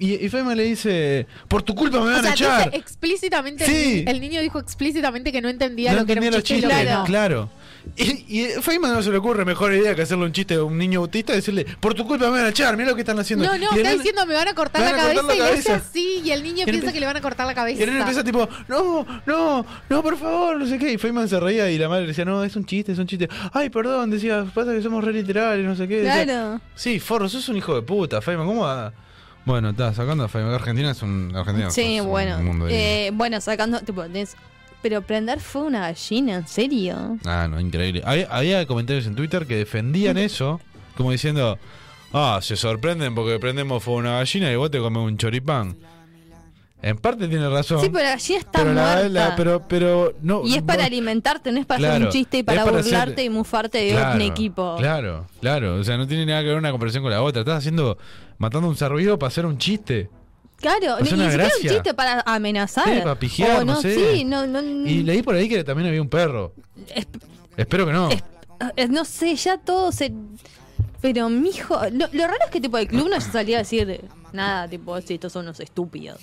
Y, y Feynman le dice, por tu culpa me van
O sea,
a echar.
dice explícitamente,
Sí.
el, el niño dijo explícitamente que no entendía
no
lo que era un
entendía los
chiste. y lo
chistes,
que no.
claro. Y, y Feynman no se le ocurre mejor idea que hacerle un chiste a un niño autista y decirle, por tu culpa me van a echar, mira lo que están haciendo.
No, no,
Y el
está
nene-
diciendo me van a cortar
me
la
van a
cabeza
cortar la
y le hace
cabeza.
así y el niño
Y él
piensa
empieza-
que le van a cortar la
Y
cabeza.
él empieza tipo, no, no, no, por favor, no sé qué. Y Feynman se reía y la madre le decía, no, es un chiste, es un chiste. Ay, perdón, decía, pasa que somos re literales, no sé qué. Decía,
Claro.
sí, Forro, sos un hijo de puta, Feynman, ¿cómo va? Bueno, está sacando a Feynman. Argentina es un. Argentina
Sí,
es pues, un
bueno.
mundo de-
eh, bueno, sacando. Tipo, tenés- pero prender fue una gallina, ¿en serio?
Ah, no, increíble. Había, había comentarios en Twitter que defendían eso, como diciendo, ah, se sorprenden porque prendemos fuego a una gallina y vos te comes un choripán. En parte tiene razón.
Sí, pero la gallina está
pero, la-
muerta.
la- pero, pero no.
y es para
no-
alimentarte, no es para hacer
Claro,
un chiste y
es
para,
para hacer-
burlarte y mufarte de un equipo.
Claro, claro. O sea, no tiene nada que ver una comparación con la otra. Estás haciendo, matando un servido para hacer un chiste.
Claro,
Es
ni
una
ni siquiera un
gracia.
chiste para amenazar.
Sí, para pijear,
O
no sé.
Sí, no, no,
Y leí por ahí que también había un perro.
Esp-
Espero que no.
eh, no sé, ya todo se... Pero mijo, lo, lo raro es que tipo el club no salía a decir nada, tipo, si estos son los estúpidos.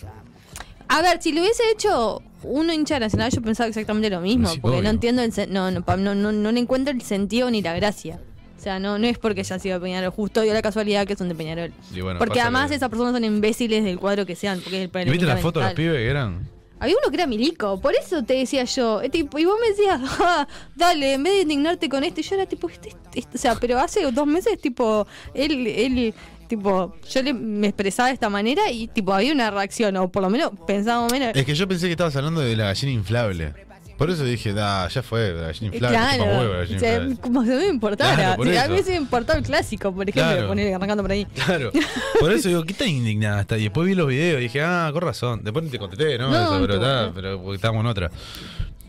A ver, si lo hubiese hecho uno hincha de nacional, yo pensaba exactamente lo mismo.
Sí,
porque
obvio.
no entiendo el. sen- No, no, pa- no, no, no le encuentro el sentido ni la gracia. O sea, no, no es porque ya sido de Peñarol, justo dio la casualidad que son de Peñarol.
Y bueno,
porque
pasa
además
que-
esas personas son imbéciles del cuadro que sean, porque es el
¿Y viste las fotos de
fundamental.
los pibes que eran?
Había uno que era milico, por eso te decía yo. eh, tipo, y vos me decías, "Ah, dale, en vez de indignarte con este, yo era tipo, este- este- o sea, pero hace dos meses, tipo, él, él, tipo, yo le, me expresaba de esta manera y, tipo, había una reacción, o por lo menos pensábamos menos.
Es que yo pensé que estabas hablando de la gallina inflable. Por eso dije, da, ya fue, la gallina
Eh,
inflable. chupa huevo la
o
gallina
sea,
inflable.
como se me importara.
Claro, por
Si a mí
eso.
se me importaba el clásico, por ejemplo,
Claro.
poner arrancando por ahí.
Claro, por eso digo, ¿qué tan indignada está? Y después vi los videos y dije, ah, con razón. Después te contesté, ¿no?
No,
Eso,
no
pero,
te
está,
contesté.
pero porque estábamos en otra.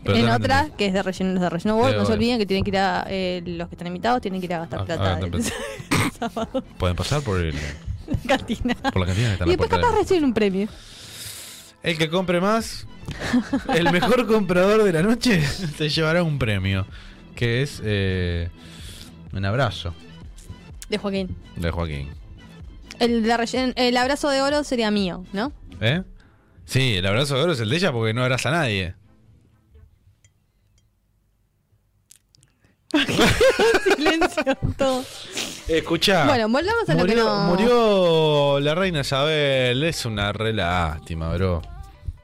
Pero
en
está-
otra, que es de relleno, los de relleno World,
Sí,
no se
obvio.
olviden que tienen que ir a, eh, los que están invitados tienen que ir a gastar
Ah,
plata
ah, no
el
pensé.
sábado
Pueden pasar por, el,
en la cantina.
por la cantina que está en
Y después
la puerta.
capaz
del-
reciben un premio.
El que compre más, el mejor comprador de la noche, se llevará un premio. Que es eh, un abrazo
De Joaquín.
de Joaquín.
El, de rellen- el abrazo de oro sería mío, ¿no?
¿Eh? Sí, el abrazo de oro es el de ella porque no abraza a nadie.
Silencio todo.
Escucha.
Bueno, volvamos a lo
Ah. murió,
que no.
murió la reina Isabel. Es una re lástima, bro.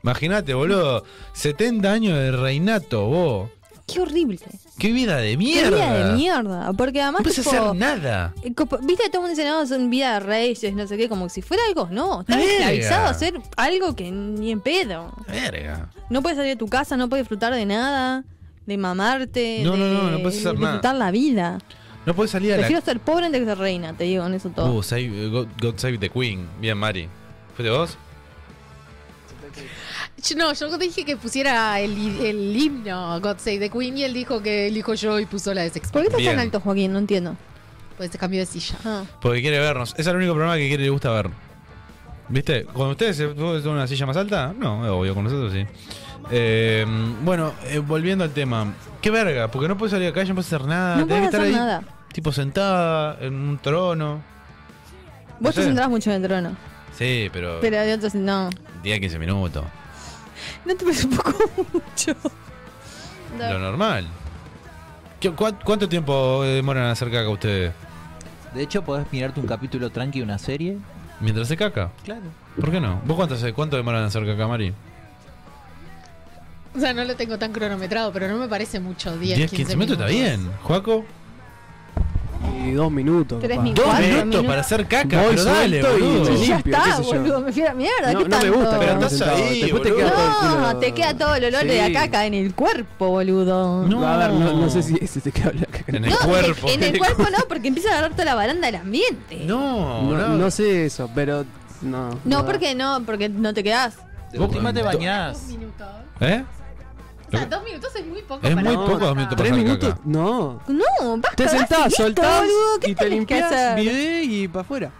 Imagínate, boludo. 70 años de reinato, vos.
Qué horrible.
Qué vida de
Qué
mierda.
vida de mierda. Porque
No
además.
puedes
tipo,
hacer nada.
eh, copo- Viste, todo el mundo dice, no, son vida de reyes, no sé qué, como si fuera algo, no. Estás
Verga.
esclavizado a hacer algo que ni en pedo.
Verga.
No puedes salir de tu casa, no puedes disfrutar de nada, de mamarte,
No,
de,
no, no, no puedes hacer
de
nada.
disfrutar la vida.
No podés salir a la.
Prefiero ser pobre antes que ser reina, te digo, en eso todo.
Uh, save- God, God Save the Queen. Bien, Mari. ¿Fuiste vos?
Yo- No, yo dije que pusiera el, hi- el himno God Save the Queen y él dijo que elijo yo y puso la de Sex
¿Por qué estás
Bien.
tan alto, Joaquín? No entiendo.
Pues se cambió de silla.
Ah.
Porque quiere vernos. Es el único programa que quiere y le gusta ver. ¿Viste? Cuando ustedes se ponen una silla más alta, no, es obvio, con nosotros sí. Eh, bueno, eh, volviendo al tema. Qué verga, porque no puedes salir a la calle, no puedes hacer nada.
No
tenés que
puedes
estar
hacer
ahí,
nada.
tipo sentada en un trono. No
Vos te
sé.
centrás mucho en el trono,
Sí, pero,
pero de otros no.
10, 15 minutos.
No te parece un poco mucho.
Lo normal. ¿Qué- cua- ¿Cuánto tiempo eh, demoran en hacer caca ustedes?
De hecho, podés mirarte un capítulo tranqui de una serie.
¿Mientras se caca?
Claro.
¿Por qué no? ¿Vos cuánto, hace- cuánto demoran en hacer caca, Mari?
O sea, no lo tengo tan cronometrado, pero no me parece mucho. 10,
10, 15 minutos está bien. ¿Juaco?
Y dos minutos.
Tres
capaz.
minutos.
Dos
Cuatro
minutos
minutos.
para hacer caca,
Voy,
pero dale,
suelto y
boludo.
sí,
Y ya
limpio,
está,
qué sé yo.
boludo, me fui a la mierda.
No,
¿Qué
no me
tanto?
gusta,
Pero
quedarme
estás
sentado.
ahí,
Después te queda
boludo.
todo el
No,
culo-
te queda todo el olor de la
Sí.
caca en el cuerpo, boludo.
No.
A ver, no, no sé si, si te queda la caca.
En el
No,
cuerpo.
En el cuerpo no, porque empieza a agarrar toda la baranda del ambiente.
No,
No,
no.
no sé eso, pero no.
No, porque no, porque no te quedás.
De
Vos-
última te bañás.
minutos.
¿eh?
O sea, dos minutos es muy poco.
Es
para-
muy
No,
poco dos minutos para
¿Tres
hacer
minutos?
caca.
No.
No, basta.
Te
basta,
sentás,
listo,
soltás
boludo, ¿qué
y te
tenés que
limpias,
hacer?
bidé y para afuera.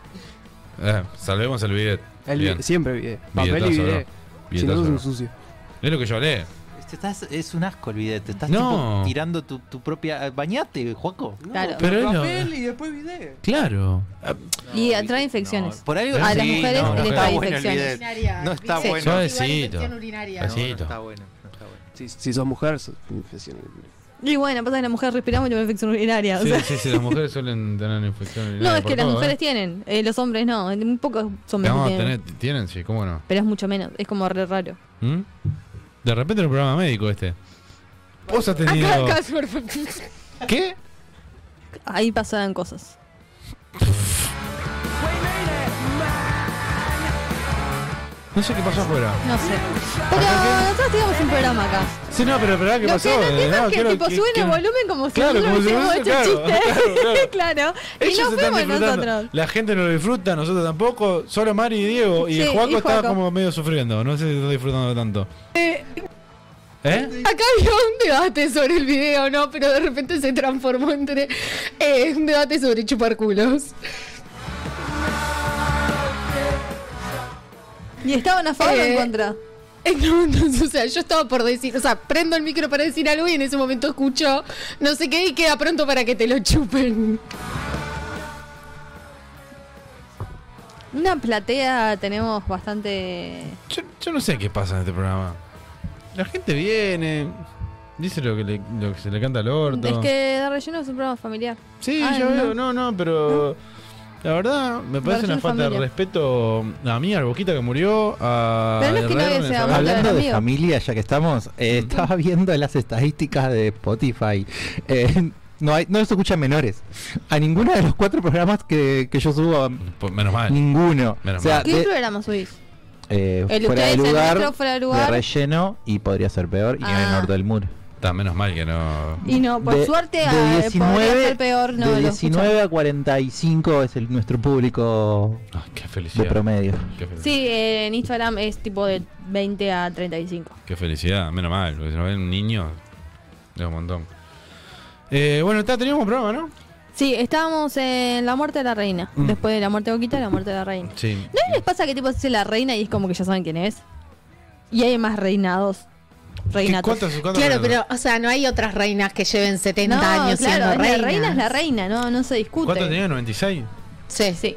Eh, salvemos el bidet.
El
Bien.
bidé, siempre bidé. Papel y
Bidetazo, bro.
bidé. Si no, sos
Bidetazo,
un
bro.
sucio.
Es lo que yo hablé.
Te estás- es un asco el bidet. Te estás
No.
tipo tirando tu, tu propia. eh, Bañate, Juaco.
Claro.
Pero es lo-
papel y después bidé.
Claro.
Y atrae infecciones.
Por ahí
A
sí,
las mujeres les
no, no,
trae
no.
bueno el
infecciones.
Urinaria,
No está
¿viste?
bueno.
Igual
Suavecito.
infección urinaria.
Así.
No, no está bueno, no está bueno.
Si, si sos mujer, sos infección.
Y bueno, pasa que las mujeres respiramos y tenemos infección urinaria. o
Sí,
sea.
sí, sí, las mujeres suelen tener infección.
No, es que las mujeres tienen, eh, los hombres no, muy pocos hombres
No,
tienen.
tener, tienen, sí, cómo no.
Pero es mucho menos, es como re raro.
¿Mm? De repente era un programa médico este. Vos has tenido.
Acá, acá, super-
¿Qué?
Ahí pasaban cosas.
No sé qué pasó afuera.
No sé. Pero nosotros teníamos un programa acá.
Sí, no, pero, pero ¿qué
Lo
pasó?
que no
Eh,
entiendo
no,
es que
quiero
tipo
que-
suben
que-
el volumen como si
Claro,
nosotros
como si
hubiésemos hecho
hubiésemos-
chistes.
claro, claro,
Claro. Y
Ellos
no
están
fuimos
disfrutando.
nosotros.
La gente no lo disfruta, nosotros tampoco. Solo Mari y Diego. Y
Sí,
el Juaco
y
está
Juaco.
como medio sufriendo. No sé si está disfrutando tanto. ¿Eh?
Acá había un debate sobre el video, ¿no? Pero de repente se transformó entre eh, un debate sobre chupar culos.
¿Y estaban a favor o en
Eh,
contra?
Eh, no, no, o sea, yo estaba por decir, o sea, prendo el micro para decir algo y en ese momento escucho no sé qué y queda pronto para que te lo chupen.
Una platea tenemos bastante.
Yo, yo no sé qué pasa en este programa. La gente viene, dice lo que, le- lo que se le canta al orto.
Es que de relleno es un programa familiar.
Sí,
Ah,
yo
no.
veo, no, no, pero la verdad me parece
Versión
una falta de
familia.
respeto a mí, al Boquita que murió, a
Pero no es que
Herrero
nadie
en el
sea
Fernández.
amante.
Hablando de
amigo.
familia, ya que estamos, eh, estaba viendo las estadísticas de Spotify. Eh, no, hay, no se escuchan menores. A ninguno de los cuatro programas que, que yo subo, um,
Pues, menos mal.
ninguno.
Menos
o sea,
¿Qué
de-
programa subís?
eh,
El de
fuera, de
ustedes, el
lugar,
nuestro, fuera de lugar.
relleno y podría ser peor. Y en
Ah.
el norte del muro.
Está menos mal que no.
Y no, por
De-
suerte,
de
ah, podría
19
ser peor. No,
de
lo
19 a 45 es el, nuestro público
Ay, qué
de
felicidad.
promedio.
Qué felicidad.
escuchamos. Sí, eh, en Instagram es tipo de 20 a 35.
Qué felicidad, menos mal, porque si no ven un niño, es un montón. Eh, bueno, está, teníamos un programa, ¿no?
Sí, estábamos en la muerte de la reina.
Mm.
Después de la muerte de Boquita, la muerte de la reina.
Sí.
¿No les pasa que tipo se dice la reina y es como que ya saben quién es? Y hay más reinados. Reinatos.
¿Cuántas, cuántas
Claro, pero,
reinatos?
o sea, no hay otras reinas que lleven 70
No, claro, es
años siendo reinas.
la reina es la reina, no, no se discute. Eh,
¿Cuántas tenía? ¿96?
Sí,
Sí.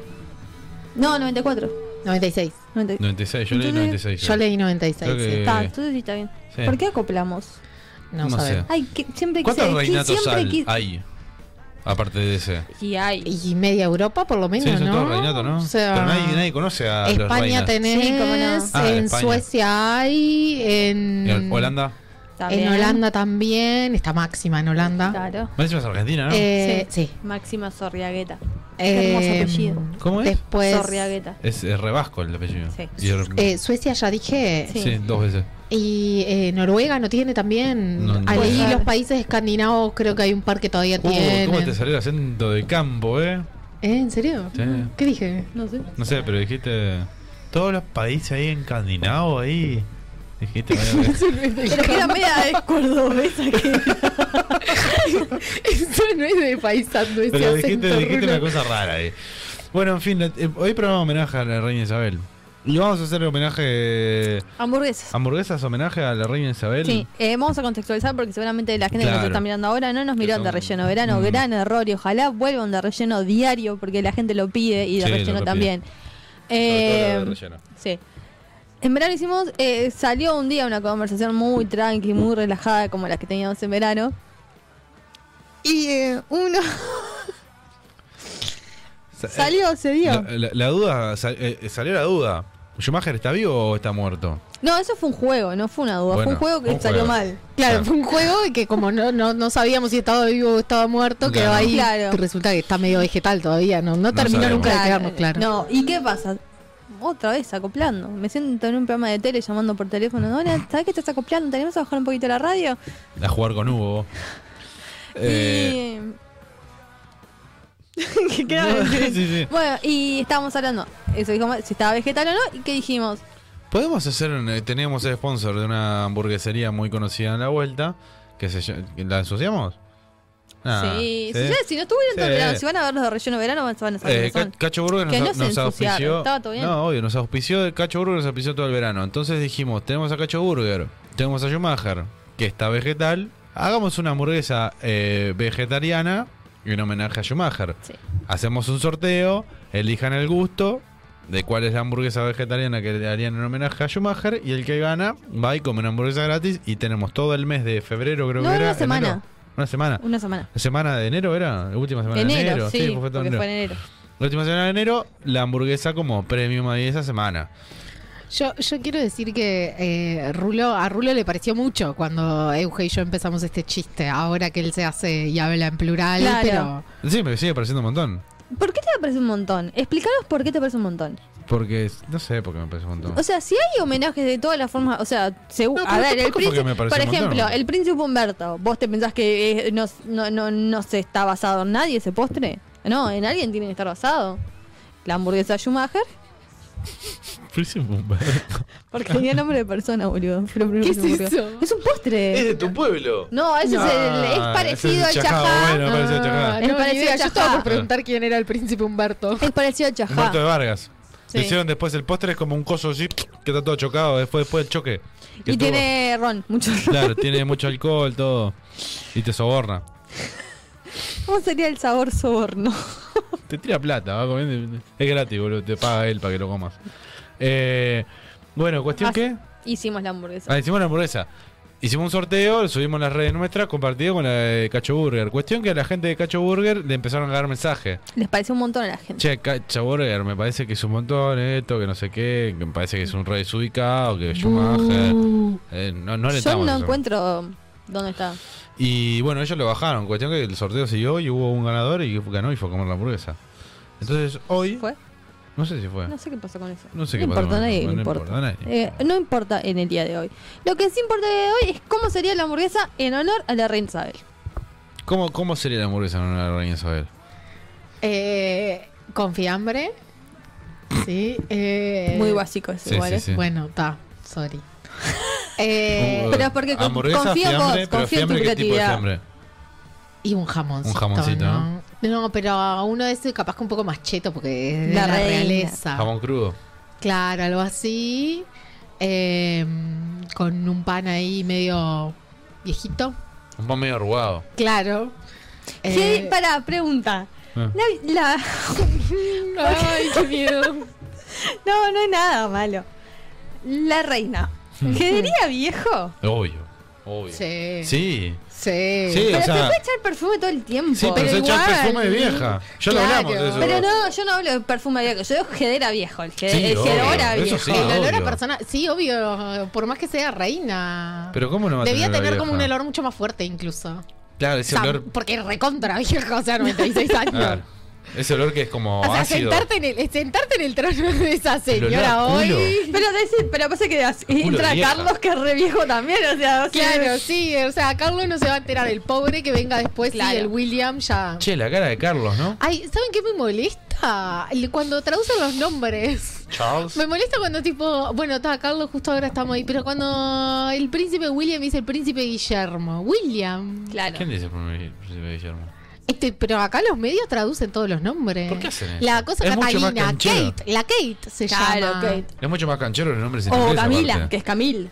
No, 94.
96.
90.
96, yo leí
Entonces,
96.
Yo leí 96.
Creo que-
sí.
Está, entonces sí está bien.
Sí.
¿Por qué acoplamos?
No,
no sé.
sabemos.
Ay, que siempre que
¿Cuántos
se- que
reinatos
siempre
hay,
que-
hay? Aparte de ese.
Y hay.
Y media Europa, por lo menos,
sí, son
¿no?
todos reinatos, ¿no?
O sea,
pero nadie, nadie conoce a los
España
reinas.
tenés,
Sí, cómo no.
Ah,
en
España.
Suecia hay, en,
¿Y Holanda.
También.
en Holanda también, está máxima en Holanda.
Claro.
Más encima es Argentina, ¿no?
Eh, sí.
Máxima Sorriagueta. Qué hermoso
Eh,
apellido.
¿Cómo es?
Después,
Sorriagueta.
Es, es Rebasco el apellido.
Sí.
Y el-
eh, Suecia ya dije,
sí,
sí.
dos veces.
y eh, Noruega no tiene también.
No, no.
Ahí
Puede
los
ser.
países escandinavos creo que hay un par que todavía
Uh,
tienen.
¿Cómo te salió el acento de campo, eh?
¿Eh? ¿En serio?
Sí.
¿Qué dije?
No sé.
No sé, pero dijiste. Todos los países ahí encandinavos ahí. Dijiste. eh, medio que-
Pero que era media de cordobesa que
Eso no es de paisando, ese
pero dijiste,
acento
dijiste
rulo.
una cosa rara ahí. Bueno, en fin, la- eh, hoy programa homenaje a la reina Isabel. Y vamos a hacer homenaje. eh,
Hamburguesas.
¿Hamburguesas homenaje a la reina Isabel?
Sí, eh, vamos a contextualizar porque seguramente la gente que
Claro.
nos está mirando ahora no nos miró
Que
en de
son-
relleno de verano,
Mm.
gran error y ojalá vuelvan de relleno diario porque la gente lo pide y de
Sí, lo
relleno
repite.
también.
Sobre todo lo de
Eh,
relleno.
sí. En verano hicimos, eh, salió un día una conversación muy tranqui, muy relajada como las que teníamos en verano. Y eh, uno
Sa- eh,
salió, se dio.
La, la- la duda, sal- eh, eh, salió la duda. ¿Schumacher está vivo o está muerto?
No, eso fue un juego, no fue una duda, fue
Bueno,
un juego que
fue un
salió
juego.
mal.
Claro,
Claro.
fue un juego y que como no, no, no sabíamos si estaba vivo o estaba muerto, quedó
Claro.
ahí.
Claro.
Resulta que está medio vegetal todavía, no, no terminó
sabemos.
nunca de quedarnos claro.
No, ¿y qué pasa? Otra vez acoplando. Me siento en un programa de tele llamando por teléfono. Hola, ¿sabes que estás acoplando? ¿Tenemos a bajar un poquito la radio?
A jugar con Hugo. Eh,
Y... que queda-
sí, sí.
Bueno, y estábamos hablando. Eso dijo, si estaba vegetal o no. ¿Y qué dijimos?
Podemos hacer, un- eh, tenemos el sponsor de una hamburguesería muy conocida en la vuelta, que se llama- ¿la asociamos? ¿eh?
sí, sí, ya, si no estuvieron
Ah, Sí.
todo el verano, si van a ver los de relleno verano, van van a saber quiénes son.
Eh, Cacho Burger
Que
nos,
no se
nos
ensuciaron,
auspició.
estaba todo bien.
No, obvio, nos auspició. Cacho Burger nos auspició todo el verano. Entonces dijimos: Tenemos a Cacho Burger, tenemos a Schumacher, que está vegetal. Hagamos una hamburguesa eh, vegetariana en homenaje a Schumacher.
Sí.
Hacemos un sorteo, elijan el gusto de cuál es la hamburguesa vegetariana que le harían en homenaje a Schumacher. Y el que gana va y come una hamburguesa gratis. Y tenemos todo el mes de febrero, creo
No,
que era.
una semana.
enero. Una semana.
Una semana.
¿Semana de enero era? ¿La última semana
enero,
de enero?
sí,
fue todo
porque
enero.
fue en enero.
La última semana de enero, la hamburguesa como premium ahí esa semana.
Yo, yo quiero decir que eh, Rulo, a Rulo le pareció mucho cuando Euge y yo empezamos este chiste, ahora que él se hace y habla en plural,
Claro.
Sí, me sigue pareciendo un montón.
¿Por qué te parece un montón? Explícanos por qué te parece un montón.
Porque, no sé por qué me parece un montón.
O sea, si hay homenajes de todas las formas, o sea, seguro.
No,
a
pero
ver, el
tampoco fue que
príncipe,
me
por
pareció un
ejemplo,
montón.
el príncipe Humberto, ¿vos te pensás que eh, no, no, no, no se está basado en nadie ese postre? No, en alguien tiene que estar basado. La hamburguesa Schumacher, porque tenía nombre de persona, boludo. Fue lo primero
¿Qué
que se me
es
ocurrió.
eso? Ah,
Es un postre.
tu pueblo.
No, ese es, el- es
Ah,
parecido
ese
al
es el chajá,
chajá.
bueno.
pero...
No, pareció Chajá.
Ah,
Es
no, ni
parecido
idea,
a
yo
Chajá.
estaba por preguntar quién era el príncipe Humberto.
Es parecido al chajá.
Muerto de Vargas.
Sí.
Le hicieron después el postre, es como un coso así, que está todo chocado, después, después del choque. que
Y
tuvo.
tiene ron, mucho ron.
Claro, tiene mucho alcohol, todo. Y te soborna.
¿Cómo sería el sabor soborno?
Te tira plata, va comiendo. Es gratis, boludo. Te paga él para que lo comas. Eh, bueno, cuestión
Ah,
que.
Hicimos la hamburguesa.
Ah, hicimos la hamburguesa. Hicimos un sorteo, lo subimos en las redes nuestras, compartido con la de Cacho Burger. Cuestión que a la gente de Cacho Burger le empezaron a dar mensaje.
Les pareció un montón a la gente.
Che, Cacho Burger, me parece que es un montón esto, que no sé qué, que me parece que es un re desubicado, que Schumacher.
Buh.
Eh, no, no le
Mm. Yo
estamos
no
eso.
encuentro dónde está.
Y bueno, ellos lo bajaron. Cuestión que el sorteo siguió y hubo un ganador y ganó y fue a comer la hamburguesa. Entonces hoy.
¿Fue?
No sé si fue.
No sé qué pasó con eso.
No sé qué pasó
importa,
con
nadie
eso.
le
No
importa.
importa, nadie.
Eh, no importa en el día de hoy. Lo que sí importa de hoy es cómo sería la hamburguesa en honor a la reina Isabel.
¿Cómo, ¿Cómo sería la hamburguesa en una reina Isabel?
Eh, con fiambre. Sí. eh,
Muy básico eso,
Sí,
igual.
sí,
¿eh?
sí.
Bueno, está. Sorry. Eh,
Un-
pero es porque con-
hamburguesa,
confío en vos,
fiambre, pero
confío en tu
fiambre, ¿qué tipo de
creatividad.
fiambre?
y un jamoncito.
Un jamoncito,
¿no? No, pero uno de ese capaz que un poco más cheto porque es de
La
la,
reina.
realeza.
Jamón crudo.
Claro, algo así. eh, con un pan ahí medio viejito.
Un pan medio arrugado.
Claro.
¿Qué-
Eh,
Pará, pregunta.
Ah.
La- la-
Ay, qué miedo.
no, no es nada malo. La reina. ¿Quedaría viejo?
Obvio. Obvio.
Sí.
Sí.
Sí.
Sí,
Pero
o
se
sea.
puede echar perfume todo el tiempo.
Sí, pero,
pero
se echa
igual.
perfume de vieja. Ya
Claro.
lo hablamos de eso.
Pero no, yo no hablo de perfume viejo. Yo digo que era viejo. El que,
Sí,
el que
obvio,
ahora
eso
viejo.
sí.
El olor
obvio.
a persona. Sí, obvio. Por más que sea reina.
Pero ¿cómo no va a
Debía
tener
tener
la
como un
vieja?
olor mucho más fuerte, incluso.
Claro, ese
O sea,
olor.
Porque es recontra viejo, o sea, 96 años.
Claro. Ese olor que es como
O sea,
ácido.
sentarte en, el, sentarte en el trono de esa
El olor
señora
a
hoy.
culo.
Pero, decí- pero pasa que as-
culo
entra
de vieja.
Carlos que es re viejo también, o sea, o sea,
Claro, sí, o sea, Carlos no se va a enterar, el pobre que venga después y
Claro.
el William ya.
Che, la cara de Carlos, ¿no?
Ay, ¿saben qué me molesta? El- Cuando traducen los nombres.
Charles.
Me molesta cuando tipo, bueno, está Carlos, justo ahora estamos ahí, pero cuando el príncipe William dice el príncipe Guillermo. William.
claro.
¿Quién dice el primer- príncipe Guillermo?
Este, pero acá los medios traducen todos los nombres.
¿Por qué hacen eso?
La cosa
Es mucho más
Catalina,
canchero.
Kate, la Kate se
Claro,
llama.
Kate.
Es mucho más canchero los nombres en
O
inglés.
Oh, Camila,
aparte.
que es Camil.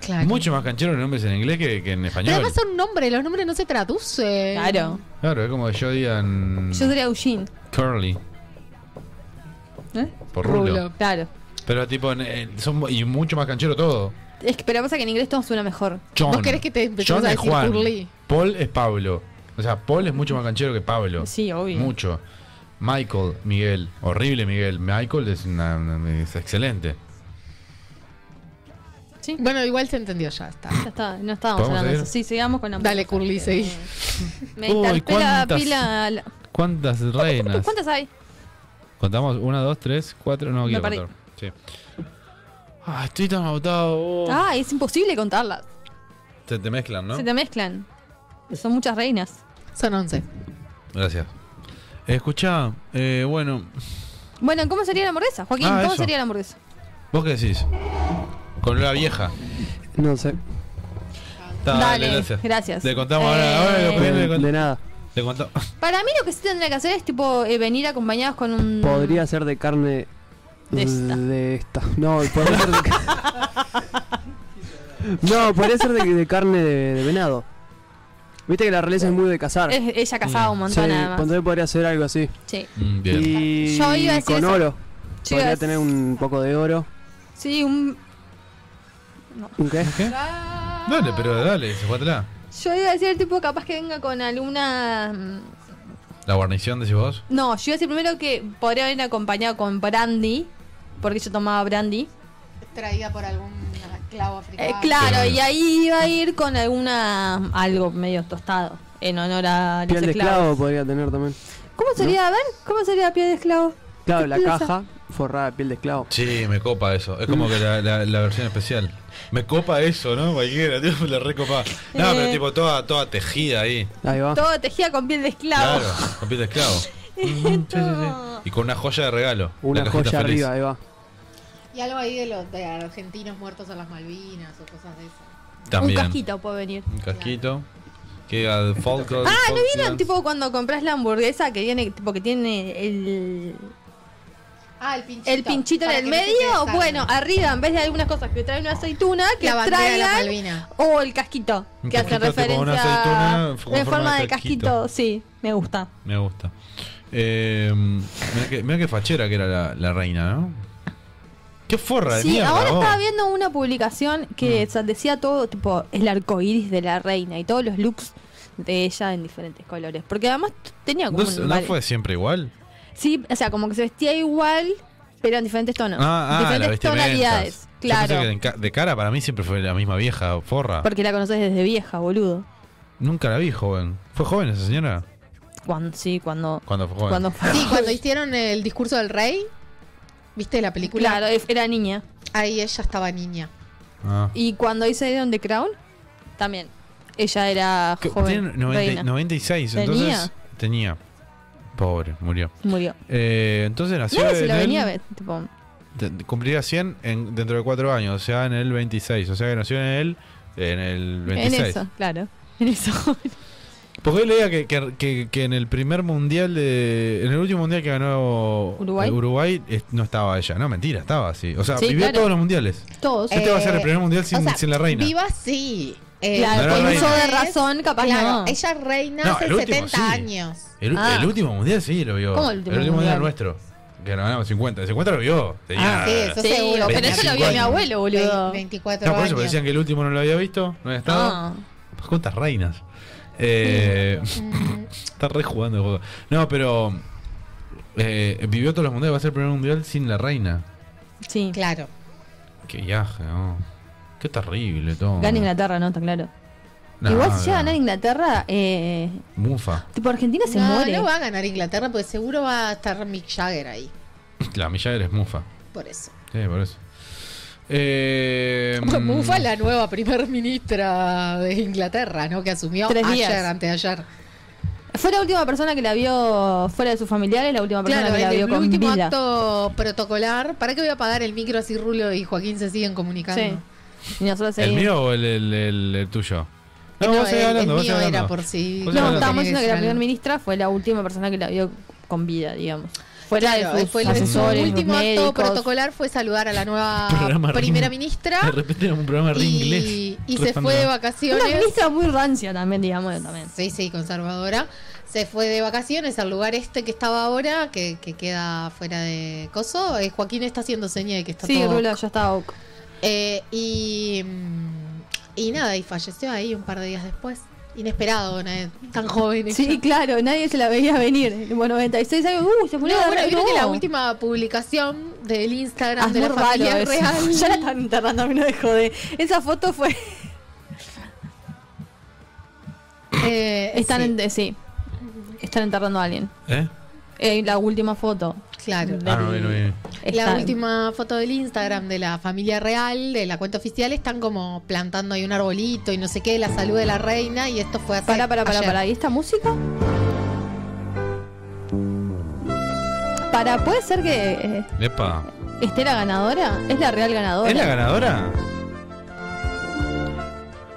Claro.
Mucho más canchero los nombres en inglés que, que en
Pero
español.
además son nombres, los nombres no se traducen.
Claro.
Claro, es como que yo diga en
Yo sería Eugene.
Curly.
¿Eh?
Por rulo.
Claro.
Pero tipo, en- en- son, y mucho más canchero todo.
Es que, pero pasa que en inglés todo suena mejor.
John.
¿Vos querés que te empecemos
John
a
es
decir
Juan.
Curly?
Paul es Pablo. O sea, Paul es mucho más canchero que Pablo.
Sí, obvio.
Mucho. Michael, Miguel. Horrible Miguel. Michael es, una- una- es excelente.
Bueno, igual se entendió, ya está.
Ya está, no estábamos
¿Podemos
hablando de eso.
seguir?
Sí, sigamos con la
Dale,
hamburguesa, que-
Curly, seguí.
Me
Uy,
interpela
¿cuántas?
pila. la-
¿Cuántas reinas?
¿Cuántas hay?
Contamos una, dos, tres, cuatro. No,
Me
quiero
paré.
contar. Sí. Ah, estoy tan agotado. oh.
Ah, es imposible contarlas.
Se te mezclan, ¿no?
Se te mezclan. Son muchas reinas.
Son 11.
Gracias. Escuchá, eh, bueno,
Bueno, ¿cómo sería la hamburguesa? Joaquín,
Ah,
¿cómo
eso.
sería la hamburguesa?
¿vos qué decís? Con la vieja.
No sé.
Ta,
Dale, gracias. Eh,
Le contamos ahora, ahora lo que viene, le
Eh, De,
cont-
nada.
le contamos.
Para mí lo que sí tendría que hacer es tipo eh, venir acompañados con un...
Podría ser de carne.
De esta.
de esta. No, podría ser de. ca- no, podría ser de, de carne de, de venado. Viste que la realeza es muy de cazar.
Es- ella casaba un
Sí,
montón nada más.
entonces podría ser algo así.
Sí.
Mm, Bien.
Y
Yo iba a decir
con
eso.
oro.
Sí,
podría
es-
tener un poco de oro.
Sí, un...
¿Un qué?
¿Qué? Dale, pero dale, jugátela.
Yo iba a decir tipo capaz que venga con alguna... mm,
La guarnición, decís vos.
No, yo iba a decir primero que podría haber acompañado con brandy, porque yo tomaba brandy.
Traída por algún clavo africano.
Eh, claro,
Claro.
y ahí iba a ir con alguna... algo medio tostado, en honor a los
Piel de
esclavos.
esclavo podría tener también.
¿Cómo sería? A ver, ¿cómo sería piel de esclavo?
Claro, la
Plaza.
caja forrada de piel de esclavo.
Sí, me copa eso. Es como que la, la- la versión especial. Me copa eso, ¿no? Cualquiera, tipo, la recopa. No,
Eh.
pero tipo, toda, toda tejida ahí.
Ahí va.
Todo tejía con piel de esclavo.
Claro, con piel de esclavo.
No.
Y con una joya de regalo.
Una
la cajita
joya
feliz.
arriba, eh. ahí va.
Y algo ahí de los de argentinos muertos en las Malvinas o cosas de esas.
También.
Un casquito puede venir.
Un casquito. Que al Falco.
Ah, ¿no vieron tipo cuando compras la hamburguesa que viene, tipo que tiene el,
Ah, el pinchito.
el pinchito en el medio? bueno, arriba, en vez de algunas cosas que traen una aceituna, que
la bandera de las
traigan
Malvinas.
o el casquito,
Un
que hace
casquito tipo
referencia
una aceituna con
en
forma
forma
de
de casquito.
casquito.
sí, me gusta.
Me gusta. Eh, mirá, que, mirá que fachera que era la, la reina, ¿no? Qué forra de
Sí,
mierda,
ahora
vos.
estaba viendo una publicación que
Mm.
o sea, decía todo, tipo, el arco iris de la reina y todos los looks de ella en diferentes colores. Porque además t- tenía como.
¿No, se-
un-
no
vale.
fue siempre igual?
Sí, o sea, como que se vestía igual, pero en diferentes tonos.
Ah, ah, la
diferentes
vestimenta.
tonalidades. Claro.
de cara para mí siempre fue la misma vieja forra.
Porque la conoces desde vieja, boludo.
Nunca la vi joven. ¿Fue joven esa señora?
Cuando, sí, cuando.
Cuando fue joven.
Cuando fue.
Sí, cuando hicieron el discurso del rey, ¿viste la película?
Claro, e- era niña.
Ahí ella estaba niña.
Ah.
Y cuando hice Iron the Crown, también. Ella era
Que-
joven.
tiene 90
reina.
96,
Tenía.
entonces tenía. Pobre, murió.
Murió.
Eh, entonces nació
Nadie se
en
lo
el-
venía a ver. Tipo,
te- cumpliría 100 en- dentro de 4 años, o sea, en el 26, o sea que nació en el en el 26.
En eso, claro. En eso.
Porque hoy leía que, que, que- que en el primer mundial de en el último mundial que ganó
Uruguay.
eh, es- no estaba ella, no, mentira, estaba así. O sea,
Sí,
vivió
claro.
todos los mundiales.
Todos.
Este va a ser el
Eh,
primer mundial sin,
o sea,
sin la reina.
Viva sí. Eh,
No
claro,
era
con
reina.
uso de razón, capaz
Ah, claro,
no.
ella reina
No,
hace
el último,
70
sí.
años.
El,
Ah.
el último mundial sí lo vio.
¿Cómo el último
mundial
mundial?
nuestro. Que ganamos 50. El 50 lo vio. Tenía-
Ah, sí, eso
Sí,
seguro.
pero eso lo vio mi
25
abuelo, boludo.
24
No, por eso porque
años.
decían que el último no lo había visto, no había estado. Pues,
Ah.
¿Cuántas reinas? Eh, está rejugando el juego. No, pero eh, vivió todos los mundiales, va a ser el primer mundial sin la reina.
Sí.
Claro.
Qué viaje, ¿no? Qué terrible todo.
Gana Inglaterra, ¿no? Está claro.
Nah,
Igual si llega a
nah.
ganar Inglaterra, eh,
Mufa.
tipo Argentina se
no,
muere.
no va a ganar Inglaterra porque seguro va a estar Mick Jagger ahí.
La Millager es Mufa.
Por eso.
Sí, por eso. Eh, mm,
Mufa pues la nueva primer ministra de Inglaterra, ¿no? Que asumió
Tres
ayer,
días.
anteayer.
Fue la última persona que la vio fuera de sus familiares, la última persona
Claro,
que la
el,
vio
el
con
último
vida.
acto protocolar. ¿Para qué voy a apagar el micro así Rulo y Joaquín se siguen comunicando?
Sí. Y nosotros
mm, ¿El
seguimos.
mío o el, el- el- el tuyo?
Eh, No,
vos seguí
el-
hablando,
el
vos
mío
seguí
era
hablando.
por si.
Vos seguí
No,
hablando.
estábamos
tenés
diciendo que la
algo.
primera ministra fue la última persona que la vio con vida, digamos. Fuera
Claro,
de sus
fue el
asesores,
su
los
último acto
médicos.
protocolar fue saludar a la nueva
Programa
primera
ring.
ministra
De repente era un programa re inglés.
y, y
Re
se fue
fandom.
de
Una
vacaciones.
ministra muy rancia también, digamos, yo también.
Sí, sí, conservadora. Se fue de vacaciones al lugar este que estaba ahora, que, que queda fuera de Coso. Eh, Joaquín está haciendo seña de que está
Sí,
todo.
Rulo, yo estaba ok.
Eh, y, mm, y nada, y falleció ahí un par de días después. Inesperado, una- tan joven. ella.
Sí, claro, nadie se la veía venir. Bueno, 96 años, uh, se
No,
murió.
bueno,
no.
vieron que la última publicación del Instagram
Ah,
de
es
la
muy raro
familia
eso.
real.
Ya la están enterrando, a mí no dejó de. Esa foto fue.
Eh,
Están,
sí,
en- eh, sí. Están enterrando a alguien.
¿Eh?
Eh, la última foto.
Claro.
Ah, no, no, no.
Está-
La última foto del Instagram de la familia real, de la cuenta oficial, están como plantando ahí un arbolito y no sé qué, la salud de la reina, y esto fue hace
Pará, pará, pará,
ayer.
pará. ¿Y esta música? Para, ¿puede ser que eh,
Epa.
esté la ganadora? ¿Es la real ganadora?
¿Es la ganadora?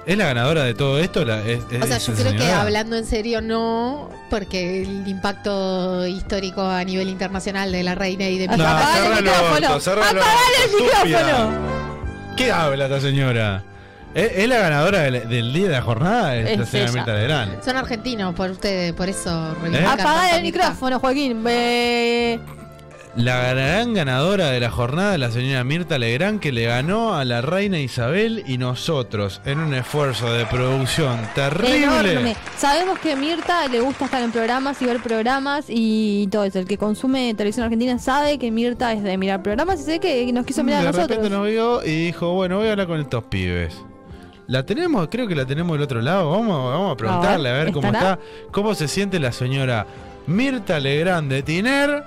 ¿Es la ganadora de todo esto? La- es- es-
O sea,
es
yo
la
creo que
señora?
hablando en serio no, porque el impacto histórico a nivel internacional de la reina y de
Ah,
mi
No,
Apagale el
cerrá el
micrófono.
orto, cerrá el orto,
Apagale el
estúpida.
micrófono.
¿Qué habla esta señora? ¿E-, ¿Es, es la ganadora del, del día de la jornada? Es,
Es
la señora
ella.
Mirta Legrand.
Son argentinos por ustedes, por eso reivindican
Apaga
tanta
el
amistad.
micrófono, Joaquín. Eh,
La gran ganadora de la jornada es la señora Mirta Legrand que le ganó a la reina Isabel y nosotros en un esfuerzo de producción terrible.
Enorme. Sabemos que Mirta le gusta estar en programas y ver programas y todo eso. El que consume televisión argentina sabe que Mirta es de mirar programas y sé que nos quiso mirar
Mm, de
a
repente
nosotros.
nos vio y dijo, bueno, voy a hablar con estos pibes. La tenemos, creo que la tenemos del otro lado. Vamos, vamos a preguntarle a ver, cómo
¿estará?
está, cómo se siente la señora Mirta Legrand de Tiner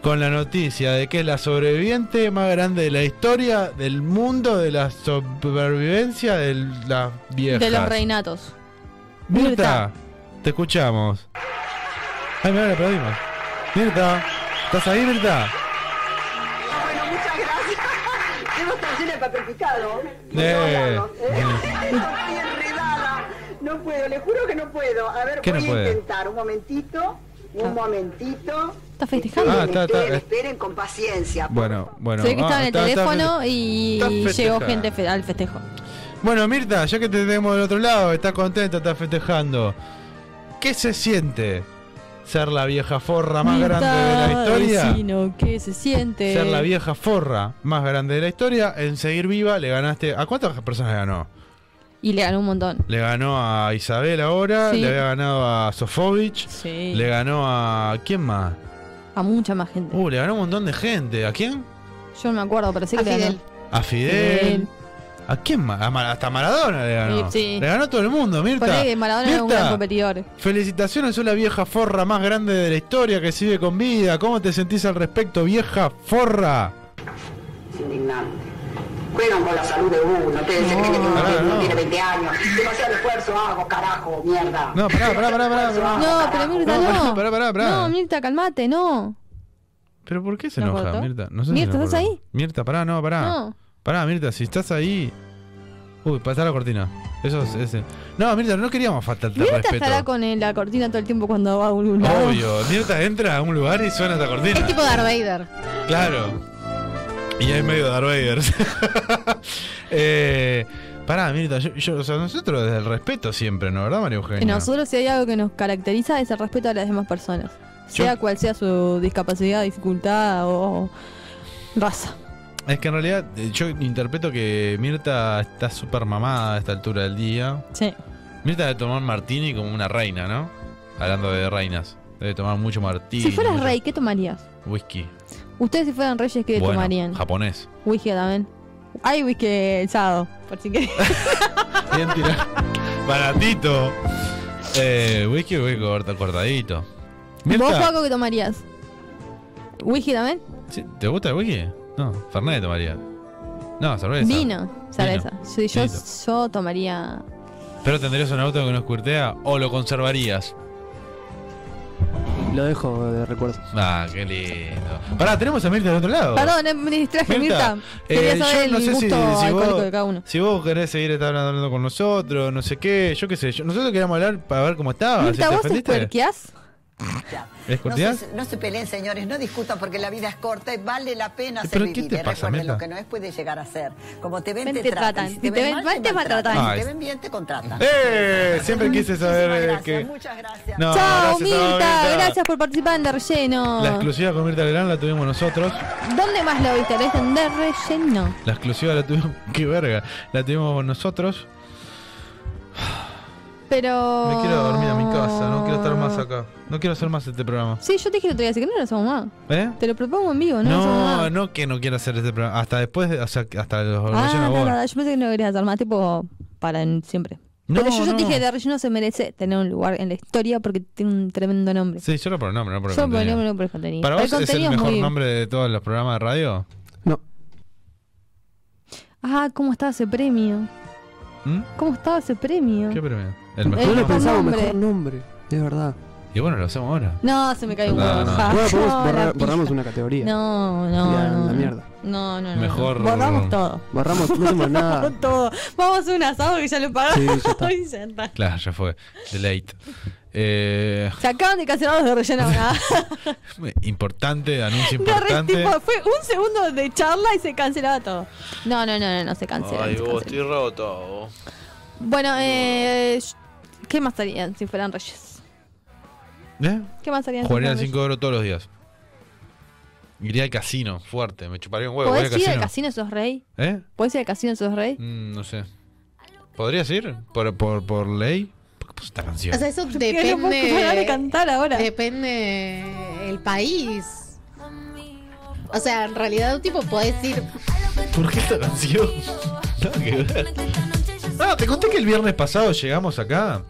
con la noticia de que es la sobreviviente más grande de la historia del mundo de la supervivencia de las viejas.
De los reinatos.
Mirta, te escuchamos. Ay, mira, la perdimos. Mirta, ¿estás ahí, Mirta?
Bueno, muchas gracias. Debo estar llena de papel picado.
Eh.
No, lados, ¿eh? Estoy enredada. No puedo, le juro que no puedo. A ver,
¿Qué no
voy a
puede?
intentar. Un momentito, un momentito.
Está festejando.
Ah, está, está.
Esperen, esperen con paciencia.
Bueno, bueno.
Se ve que
ah,
estaba en el
está- está-
teléfono y
está
llegó
festejada.
gente fe- al festejo.
Bueno, Mirta, ya que te tenemos del otro lado, estás contenta, estás festejando. ¿Qué se siente ser la vieja forra más grande de la
Mitad
historia.
vecino que se siente.
Ser la vieja forra más grande de la historia. En seguir viva le ganaste. ¿A cuántas personas le ganó?
Y le ganó un montón.
Le ganó a Isabel ahora,
Sí.
le había ganado a Sofovich,
Sí.
le ganó a. ¿Quién más?
A mucha más gente.
Uh, le ganó un montón de gente. ¿A quién?
Yo no me acuerdo, pero sé que
A
le ganó.
Fidel.
A Fidel. ¿A quién más? A Ma- hasta Maradona le ganó.
Sí, sí.
Le ganó todo el mundo,
Por
Mirta.
ahí Maradona era un
Mirta,
gran competidor.
Felicitaciones, sos la vieja forra más grande de la historia que sigue con vida. ¿Cómo te sentís al respecto, vieja forra?
Es indignante. Juegan con la salud de uno, ustedes se creen que uno
pará,
tiene-
no.
tiene 20 años. Demasiado esfuerzo hago, carajo, mierda.
No, pará, pará, pará, pará, pará.
No, pero Mirta,
Ah. No,
no.
pará, pará, pará, pará.
No, Mirta, calmate, no.
¿Pero por qué se
¿No
enoja,
cortó?
Mirta? No sé si
Mirta,
se
¿estás
enojó.
ahí?
Mirta, pará, no, pará.
No.
Pará, Mirta, si estás ahí. Uy, pasá la cortina. Eso es. ese. No, Mirta, no queríamos faltarte
Mirta
respeto.
estará con eh, la cortina todo el tiempo cuando va a un lado.
Obvio, Mirta entra a un lugar y suena esta
Es
cortina.
tipo Darth Vader.
Claro. Y es medio Darth Vader. eh, pará, Mirta, yo, yo- o sea, nosotros desde el respeto siempre, ¿no? ¿Verdad, María Eugenia?
Nosotros si hay algo que nos caracteriza es el respeto a las demás personas.
Yo-
Sea cual sea su discapacidad, dificultad o raza.
Es que en realidad eh, yo interpreto que Mirta está súper mamada a esta altura del día.
Sí.
Mirta debe tomar martini como una reina, ¿no? Hablando de reinas. Debe tomar mucho martini.
si fueras
mucho
rey, ¿qué tomarías?
Whisky.
Ustedes si fueran reyes, ¿qué
Bueno,
tomarían?
japonés.
Whisky también. Hay whisky el sábado, por si querés.
Bien tirado. Baratito. Eh, whisky, whisky corta- cortadito.
¿Vos,
Mirta,
Paco, qué tomarías? ¿Whisky también?
¿sí? ¿te gusta el whisky? No, Fernet tomaría. No, cerveza.
Vino, cerveza. Sí, yo,
Vino.
yo tomaría...
Pero tendrías un auto que no escurtea o lo conservarías.
Lo dejo de recuerdo.
Ah, qué lindo. Pará, tenemos a Mirta del otro lado.
Perdón, eh, me distraje, Mirta.
eh,
Quería saber
yo no
el
sé si,
gusto
si
alcohólico
vos,
de cada uno.
si vos querés seguir estar hablando con nosotros, no sé qué, yo qué sé. yo- nosotros queríamos hablar para ver cómo estabas.
Mirta,
Ah, ¿Te
¿vos
ofendiste?
escuerqueás?
No
¿Escuerteás?
se, no se peleen, señores, no discutan porque la vida es corta y vale la pena
¿Pero
ser
qué te
vivida.
pasa,
Recuerden,
Mirta?
lo que no es puede llegar a ser. Como te ven,
Ven,
te,
te
tratan.
tratan.
y Si te, ven mal, te maltratan.
maltratan.
Si te ven bien, te contratan.
Ah, ¡Eh! Siempre quise
Muchísimas
saber
gracias,
que.
Muchas gracias.
No,
Chao,
Ah, gracias a vos,
Mirta. Gracias por participar en De Relleno.
La exclusiva con Mirta Legrand la tuvimos nosotros.
¿Dónde más lo viste? Lo viste en De Relleno.
La exclusiva la tuvimos. ¡Qué verga! La tuvimos nosotros.
Pero...
Me quiero dormir a
Oh.
mi casa, no quiero estar más acá. No quiero hacer más este programa.
Sí, yo te dije el otro día, así que no lo somos más.
¿Eh?
Te lo propongo en vivo, no lo somos
No,
más.
no que no quiero hacer este programa. Hasta después, de- o sea, que hasta los
Ah,
Orgullo
no,
Award.
no, yo pensé que no querías hacer más, tipo, para en- siempre. Pero yo, yo
no.
te dije, De Relleno se merece tener un lugar en la historia porque tiene un tremendo nombre.
Sí, yo lo por el nombre, no por el
yo por el
contenido.
nombre, no por el contenido.
¿Para
Por
vos es el
contenido
mejor
muy-
nombre de todos los programas de radio?
No,
Ah, ¿cómo estaba ese premio?
¿Mm?
¿Cómo estaba ese premio?
¿Qué premio? El
yo
mejor.
le
mejor
nombre.
pensaba un
nombre.
mejor nombre. Es verdad.
Y bueno, lo hacemos ahora.
No, se me cayó un
No,
huevo.
no.
Ja,
Bueno, podemos
no,
borrar-
la pija.
borramos una categoría.
No, no,
Ya,
no.
la mierda.
No, no, no.
Mejor-
no. Borramos todo.
Borramos, no hacemos nada.
Borramos todo. Vamos a hacer un asado que ya lo
Sí,
pagamos.
ya está.
y ya está.
Claro, ya fue. Delete. Eh,
Se acaban de cancelar los de relleno. ¿verdad?
importante, anuncio
De re,
importante.
tipo, fue un segundo de charla y se cancelaba todo. No, no, no, no, no se cancela. no se cancela.
roto.
Bueno, eh, ¿qué más harían si fueran reyes?
¿Eh?
¿Qué más harían si
Jugaría
fueran
al
reyes?
5 de oro todos los días. Iría al casino, fuerte. Me chuparía un huevo. voy
¿Podés ir al
al
casino sos rey?
¿Eh?
¿Podés ir al casino sos rey?
Mm, no sé. ¿Podrías ir? ¿Por, por, por ley? ¿Por qué puse esta canción?
O sea, eso
Que no puedo parar de Eh,
depende.
cantar ahora.
Depende el país. O sea, en realidad, tipo, podés ir.
¿Por qué esta canción? Nada que ver. No, te conté que el viernes pasado llegamos acá,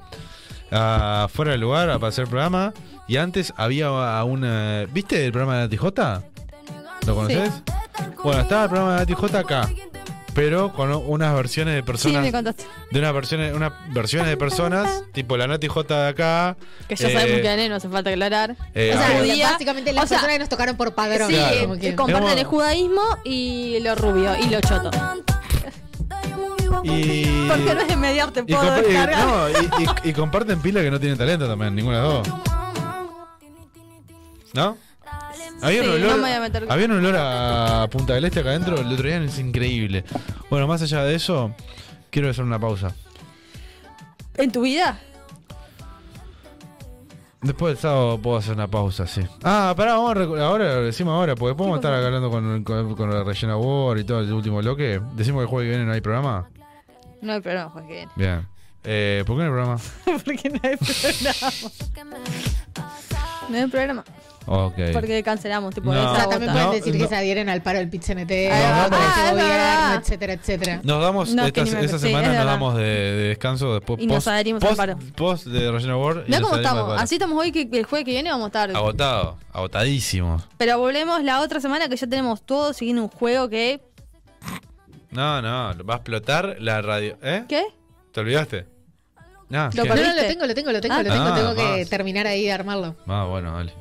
a fuera del lugar, a hacer el programa. Y antes había una. ¿Viste el programa de Nati J? ¿Lo conoces? Bueno, estaba el programa de Nati J acá. Pero con unas versiones de
Sí,
personas.
me contaste.
de unas versiones, unas versiones de personas, tipo la Nati J de acá.
Que ya
eh,
sabemos quién es, no hace falta aclarar.
eh,
O sea,
había-
judía.
básicamente las
O sea,
personas que nos tocaron por padrón.
Sí,
Claro.
como que-
que comparten
Digamos-
el judaísmo y lo rubio y lo choto.
y,
Porque no es de mediarte,
y
puedo
compa- y-
descargar.
no, y- y- y comparten pila que no tienen talento también, ninguna de las dos. ¿No? Había,
Sí,
un olor,
no me voy a meter-
había un olor a Punta del Este acá adentro el otro día, es increíble. Bueno, más allá de eso, quiero hacer una pausa.
¿En tu vida?
Después del sábado puedo hacer una pausa, sí. Ah, pará, vamos a recu- ahora lo decimos ahora, porque podemos estar acá hablando con, con, con la rellena War y todo el último bloque. Decimos que el jueves que viene no hay programa.
No hay programa, Juan, que viene.
Bien. Eh, ¿Por qué no hay programa?
Porque no hay programa. No hay programa.
Ok.
Porque cancelamos, tipo,
No.
esa
O sea, también
bota.
No,
pueden decir
no.
que se adhieren al paro del pit nt
Ah, es verdad.
etcétera, etcétera.
Nos damos,
No,
esta,
que ni me-
esa
sí, es
semana nos
verdad.
damos de, de descanso después
Y nos adherimos al
post-
paro.
post de rellena War. y
Mirá
nos
cómo
adherimos al
estamos.
paro.
Así estamos hoy que el jueves que viene vamos tarde.
Agotado, agotadísimo.
Pero volvemos la otra semana que ya tenemos todo siguiendo un juego que.
No, no, va a explotar la radio. ¿Eh?
¿Qué?
¿Te olvidaste? Ah,
Lo
¿qué?
No, no, lo
¿Perdiste?
tengo, lo tengo, lo tengo,
Ah.
lo tengo.
Ah,
tengo que
más.
terminar ahí de armarlo.
Ah, bueno, dale.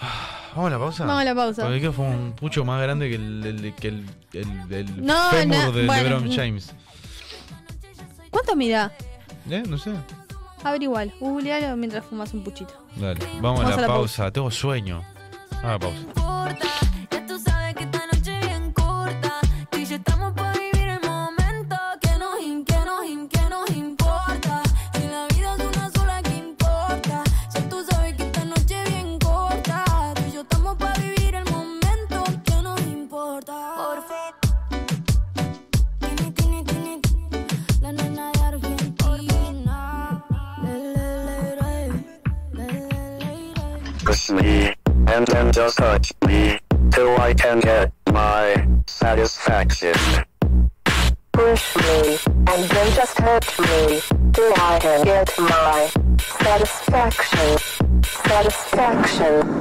Ah, ¿Vamos a la pausa?
Vamos a la pausa.
Porque creo que fue un pucho más grande que el, el- que el, el- el
No,
fémur
no,
de
bueno.
LeBron James.
¿Cuánto mira?
¿Eh? No sé.
Averigualo, googlealo mientras fumas un puchito.
Dale, vamos, a la, pausa. Tengo sueño. Vamos a la pausa.
importa. Ya tú sabes que esta noche es bien corta. Tú y yo estamos para vivir el momento. Que nos, im- que nos, im- que nos importa. Si la vida es una sola, que importa? Ya tú sabes que esta noche es bien corta. Tú y yo estamos para vivir el momento. Que nos importa? Por favor. Tini, tini, tini, tini. La nena de Argentina. Le, le, le, re. Le, le, le, re.
push me, and then just touch me, till I can get my satisfaction.
Push me, and then just hurt me, till I can get my satisfaction. Satisfaction.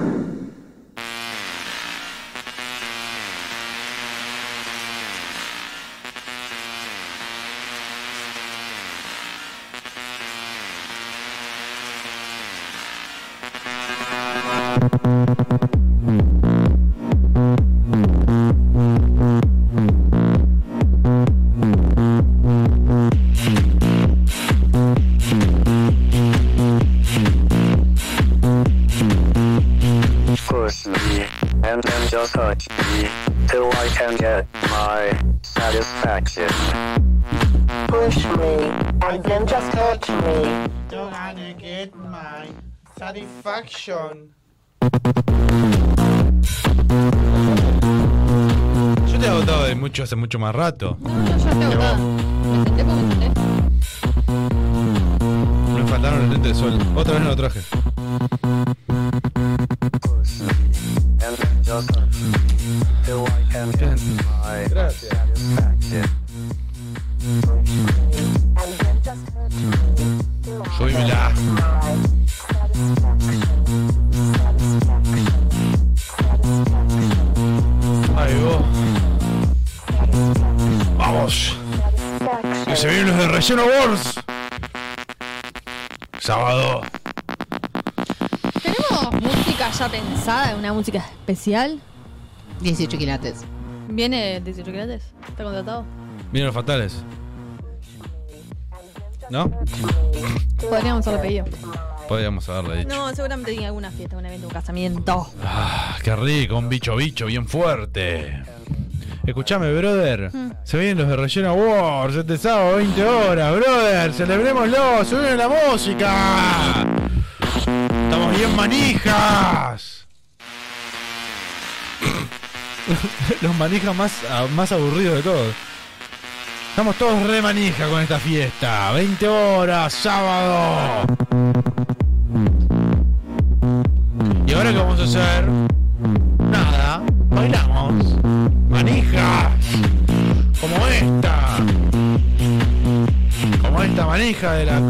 Push me, and then just touch me, till I can get my satisfaction.
Push me, and then just hurt me.
Till I get my satisfaction.
Yo te he agotado de mucho hace mucho más rato. Me faltaron los lentes de sol. Otra vez no lo traje.
And then just touch me, till I can get my satisfaction.
Subímela. Ahí vos. Vamos. Que se vienen los de Relleno Wars. Sábado.
¿Tenemos música ya pensada? ¿Una música especial?
18 quilates.
¿Viene 18 gratis? ¿Está contratado?
Vienen los fatales. ¿No?
Podríamos haberlo pedido.
Podríamos haberle dicho.
No, seguramente tiene alguna fiesta, un evento, un casamiento.
Ah, qué rico, un bicho bicho bien fuerte. Escuchame, brother. Se vienen los de Relleno Wars este sábado, 20 horas, brother. Celebrémoslo, subieron la música. Estamos bien manijas. los manijas más, a- más aburridos de todos. Estamos todos re manija con esta fiesta. 20 horas, sábado. ¿Y ahora qué vamos a hacer? Nada, bailamos. Manijas. Como esta. Como esta manija de la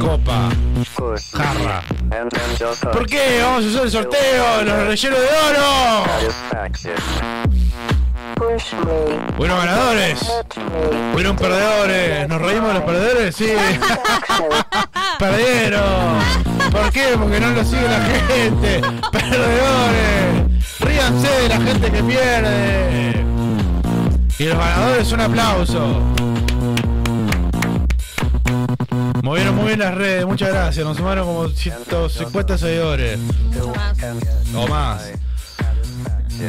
copa.
Push me,
Jarra.
and then just touch
¿Por qué? Vamos a hacer el sorteo de los rellenos de oro.
satisfaction.
Push me,
Fueron ganadores.
hurt me.
Fueron perdedores. ¿Nos reímos de los perdedores? Sí. Perdieron. ¿Por qué? Porque no lo sigue la gente. Perdedores. Ríanse de la gente que pierde. Y los ganadores un aplauso. Movieron muy bien las redes, muchas gracias. Nos sumaron como 150 seguidores. O más.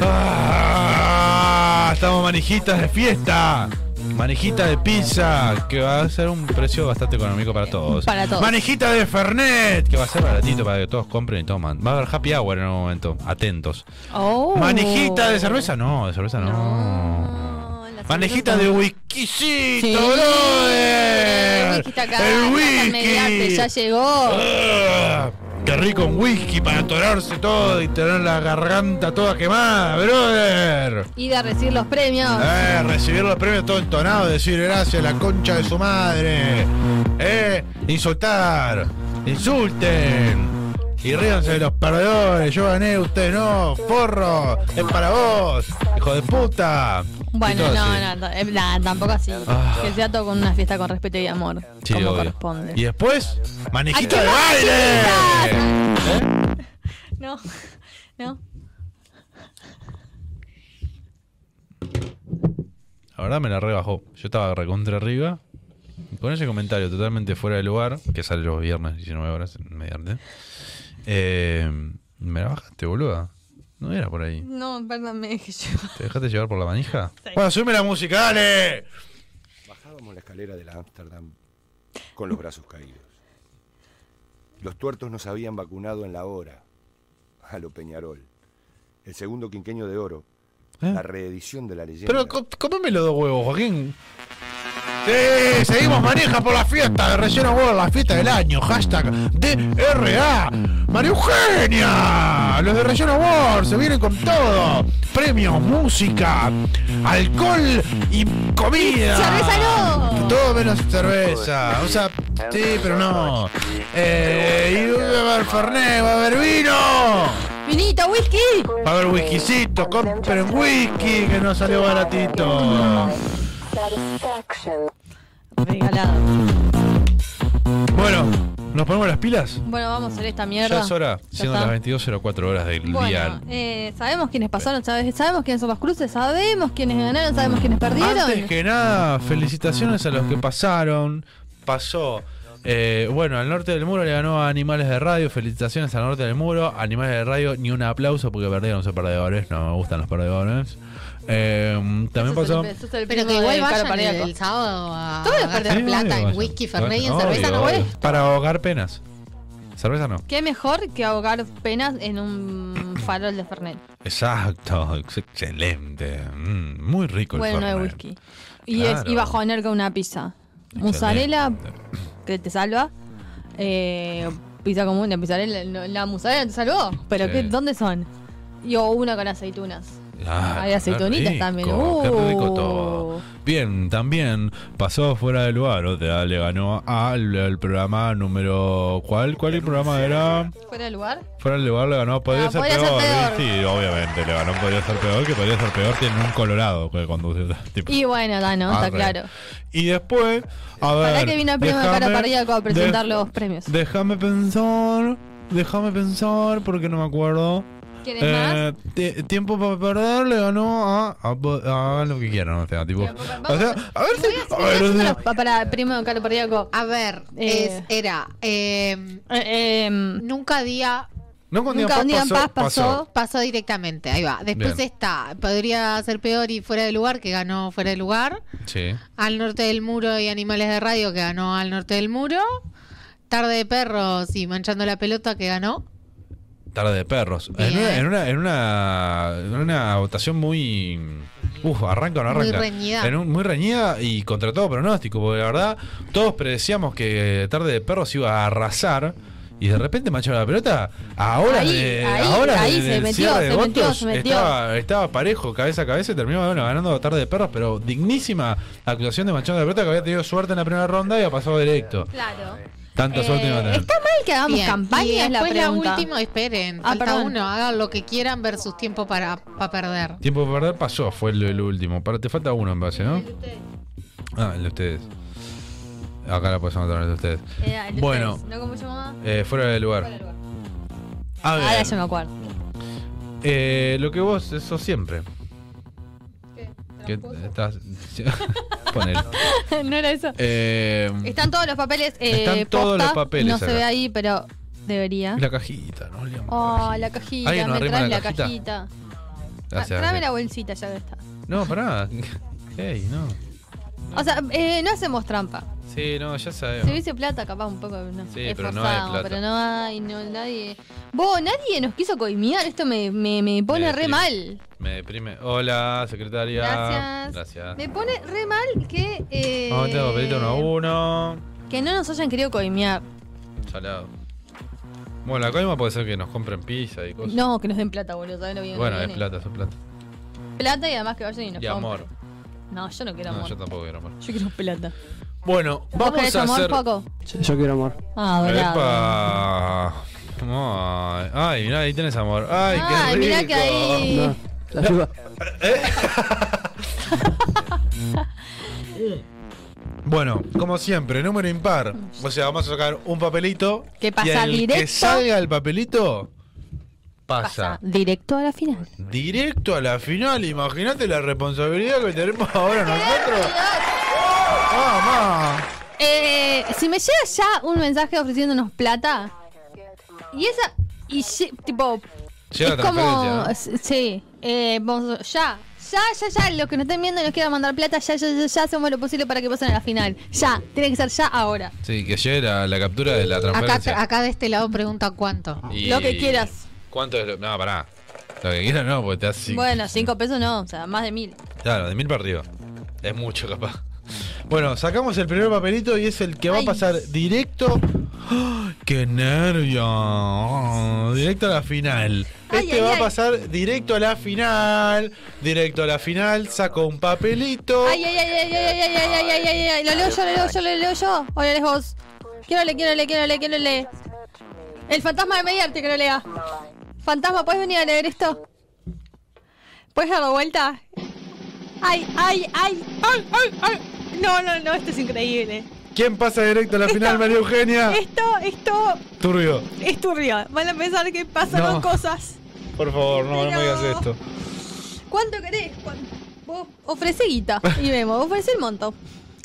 Ah, estamos manijitas de fiesta. Manejita de pizza, que va a ser un precio bastante económico para todos.
Para todos.
Manejita de Fernet, que va a ser baratito para que todos compren y toman. Va a haber happy hour en un momento, atentos.
Oh.
Manejita de cerveza, no, de cerveza no. Manejita de whiskycito,
Sí.
brother.
El whisky está acá.
El
acá
whisky.
mediante, Ya llegó.
¡Ah! Qué rico un whisky para atorarse todo y tener la garganta toda quemada, brother.
Ir a recibir los premios.
Eh, recibir los premios todo entonado, decir gracias a la concha de su madre. Eh, insultar, insulten. Y ríanse de los perdedores, yo gané, usted no, forro, es para vos, hijo de puta. Y
Bueno,
todo
no,
así.
no, no, eh, nah, tampoco así.
Ah.
Que sea todo con una fiesta con respeto y amor.
Sí,
como
obvio.
corresponde.
Y después, manejita
¡Ay,
de
qué
baile. ¿Eh?
No, no.
La verdad me la rebajó. Yo estaba recontra arriba. Y Con ese comentario totalmente fuera de lugar, que sale los viernes 19 horas en Mediarte, eh, me la bajaste, boluda. No era por ahí.
No, perdón, me dejé llevar.
¿Te dejaste llevar por la manija? Bueno, sube la música, dale.
Bajábamos la escalera de la Ámsterdam con los brazos caídos. Los tuertos nos habían vacunado en la hora, a lo Peñarol. El segundo quinqueño de oro, la reedición de la leyenda.
Pero co- comeme los dos huevos, Joaquín. Sí, seguimos manija por la fiesta de recién huevos, la fiesta del año. Hashtag DRA. María Eugenia. Los de Relleno World se vienen con todo. Premios, música, alcohol y comida.
¡Cerveza no!
Todo menos cerveza. O sea, sí, pero no. Eh, y va a haber Fernet, va a haber vino.
¡Vinito, whisky!
Va a haber whiskycito, compren whisky que no salió baratito.
Regalado.
Bueno, ¿nos ponemos las pilas?
Bueno, vamos a hacer esta mierda.
Ya es hora,
Ya
siendo
está.
las 22.04 horas del día.
Bueno, eh, sabemos quiénes pasaron, sabe- sabemos quiénes son los cruces, sabemos quiénes ganaron, sabemos quiénes perdieron.
Antes que nada, felicitaciones a los que pasaron. Pasó. eh, bueno, al norte del muro le ganó a Animales de Radio. Felicitaciones al norte del muro. Animales de Radio, ni un aplauso porque perdieron sus perdedores. No me gustan los perdedores. Eh, también pasó.
Pero que igual vayan el, el sábado a
Todos
a gastar
Sí, obvio,
plata en
vayan.
whisky, fernet y en
Obvio,
cerveza, ¿no?
obvio.
vale?
Para ahogar penas. Cerveza no.
Qué mejor que ahogar penas en un farol de Fernet.
Exacto, ex- excelente. Mm, muy rico el
Bueno, no de
Fernet.
whisky. Y, es,
Claro.
y bajoner con una pizza. Mozzarella, que te salva. Eh, pizza común, la mozzarella, no- la mozzarella te salvó. Pero
Sí.
¿qué, ¿dónde son? Y o una con aceitunas.
Claro,
Hay aceitunitas
qué rico,
también.
Qué rico
Uh.
todo. Bien, también pasó fuera de lugar. O sea, le ganó al al programa número. ¿Cuál? ¿Cuál el programa era?
¿Fuera del lugar?
Fuera de lugar le ganó. Podría
No,
ser
Ah, podría ser peor.
peor. Sí, obviamente. Le ganó. Podría ser peor. Que podría ser peor. Tiene un colorado que conduce. tipo.
Y bueno, da, no,
Arre.
está claro.
Y después. A ver.
Para que vino el primo de cara
déjame-
perdida a presentar los premios.
Déjame pensar, déjame pensar porque no me acuerdo.
¿Quieres
más? tiempo para perder le ganó a, a- a- hagan lo que quieran, o sea, tipo. O sea, a ver si. a ver, o sea,
Pa- Para, primo de Carlos Perdiaco.
A ver,
Eh.
es- era. eh,
Ah, em,
nunca día.
No con Nunca Dian Paz un día en pasó, paz pasó. pasó.
Pasó directamente, ahí va. Después
Bien.
está, podría ser peor y fuera de lugar, que ganó fuera de lugar.
Sí.
Al norte del muro y Animales de Radio, que ganó al norte del muro. Tarde de perros y Manchando la pelota, que ganó.
Tarde de perros. En una, en, una, en, una, en una votación muy. Uf, arranca o no
Muy
arranca.
reñida.
En un- muy reñida y contra todo pronóstico, porque la verdad, todos predecíamos que Tarde de Perros iba a arrasar. Y de repente mancharon la pelota. Ahora,
Ahí,
de,
ahí,
ahora
ahí
de-
se
del
metió,
cierre de
se metió,
votos,
se metió.
Estaba, estaba parejo, cabeza a cabeza, y terminó bueno, ganando Tarde de Perros, pero dignísima actuación de manchando la pelota que había tenido suerte en la primera ronda y ha pasado directo.
Claro. Eh,
Tanta suerte iba a tener.
¿Está mal que hagamos
Bien. Y
campaña? Es la
después la,
pregunta.
última, esperen.
Ah,
falta
perdón.
uno, hagan lo que quieran versus tiempo para, para perder.
Tiempo de perder pasó, fue el, el último. Para, te falta uno en base, ¿no? Ah, el de ustedes. Acá la puedes anotar, el de ustedes.
Era el de
bueno,
eh, ustedes, ¿no? ¿Cómo se llamaba?
eh, fuera del lugar. A ver,
Ahora yo me acuerdo.
eh, lo que vos, eso siempre. ¿Qué? estás? Ponele.
no era eso.
Eh,
Están todos los papeles. eh,
Están todos
posta,
los papeles
No
acá.
se ve ahí, pero debería.
la cajita, ¿no? Leon?
Oh, la cajita.
¿Alguien nos
Me
arrima
traes
la
la
cajita?
cajita. Ah,
Gracias.
Tráeme
gracias.
la bolsita, ya está.
No, pará. Ey, no.
O sea, eh, no hacemos trampa.
Sí, no, ya
Si
sabemos.
hubiese plata, capaz un poco. No,
Sí,
es
pero no
forzado,
hay plata.
Pero no hay, no, nadie. Vos, nadie nos quiso coimiar. Esto me, me, me pone
Me
re
deprime.
mal.
Me deprime. Hola, secretaria.
Gracias.
Gracias.
Me pone re mal que. eh,
Vamos, tengo papelito uno a uno.
que no nos hayan querido coimiar.
Salado. Bueno, la coima puede ser que nos compren pizza y cosas.
No, que nos den plata, boludo. ¿sabés lo bien que
bueno, es
viene?
plata, eso es plata.
Plata y además que vayan y nos
Y amor.
compren. No, yo no quiero
No,
amor.
yo tampoco quiero amor.
Yo quiero plata.
Bueno,
¿Vos
vamos
querés
a
amor,
hacer.
Paco?
Yo quiero amor.
Ah, dorado.
Epa. Ay, Ay, mirá, ahí tenés amor. Ay,
Ay,
qué rico.
mirá que ahí- No,
la ayuda.
Bueno, como siempre, número impar. O sea, vamos a sacar un papelito.
Que pasa
y el
directo.
Que salga el papelito. Pasa.
Directo a la final.
Directo a la final. Imagínate la responsabilidad que tenemos ahora nosotros. ¡Vamos!
Eh, si me llega ya un mensaje ofreciéndonos plata. Y esa. Y lle- tipo.
Llega
es
la transferencia,
como.
¿no?
s- Sí. Eh, vamos, ya. Ya, ya, ya. Los que nos estén viendo y nos quieran mandar plata, ya, ya, ya, ya. Hacemos lo posible para que pasen a la final. Ya. Tiene que ser ya ahora.
Sí, que llegue la, la captura de la
Acá,
transferencia.
acá de este lado pregunta cuánto.
Y-
Lo que quieras.
¿Cuánto es lo.? No, pará. Lo que quieras no, porque te hace.
Bueno, cinco pesos no. O sea, más de mil.
Claro, de mil para arriba. Es mucho, capaz. Bueno, sacamos el primer papelito y es el que va a pasar directo. ¡Ah! ¡Qué nervio! Directo a la final.
Ay,
Este
ay,
va
ay.
a pasar directo a la final. Directo a la final. Saco un papelito.
Ay, ay, ay, ay, ay, ay, ay, ay, ay, ay, ay, ay. Lo leo yo, lo leo yo, lo leo yo. O lo lees vos. Quiero leer, quiero leer, quiero leer, quiero leer. El fantasma de Mediarte que lo lea. Fantasma, ¿puedes venir a leer esto? ¿Puedes dar la vuelta? Ay, ay, ay, ay, ay, ay. No, no, no, esto es increíble.
¿Quién pasa directo a la final, María
Ah.
Eugenia?
Esto, esto
Turbio.
es turbio. Van a pensar que pasaron
No.
cosas.
Por favor, no, no me digas
Pero-
esto.
¿Cuánto querés? ¿Cuán- Vos ofrece guita. Y vemos, ofrece el monto.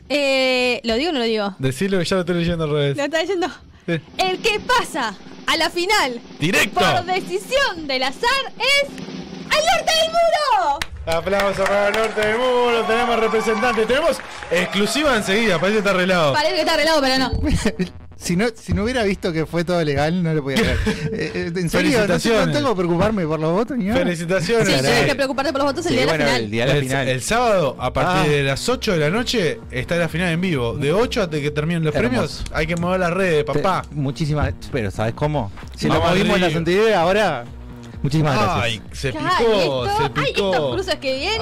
Eh, ¿Lo digo o no lo digo?
Decirlo que ya lo estoy leyendo al revés.
Lo está diciendo.
Sí.
El que pasa a la final
¡Directo!
por decisión del azar es al norte del muro.
Aplausos para el norte del muro, tenemos representantes, tenemos exclusiva enseguida, parece que está arreglado.
Parece que está arreglado, pero no.
Si no, si no hubiera visto que fue todo legal, no lo podía creer. Eh, eh, en serio, no, sé, no
Felicitaciones.
tengo que preocuparme por los votos. ni nada.
Felicitaciones.
Sí,
Caray.
tenés que preocuparte por los votos el
Sí,
día de
bueno,
la final.
el día de la
eh. el,
final.
el sábado, a partir
Ah.
de las 8 de la noche, está la final en vivo. De 8 hasta que terminen los
Hermoso.
premios, hay que mover las redes, papá.
Te- Muchísimas Pero ¿sabes cómo? Si
Vamos
lo movimos en la
arriba.
anterior, ahora. Muchísimas gracias.
Ay, se
Ay,
picó,
esto-
se
ay, estos
picó.
cruces que vienen.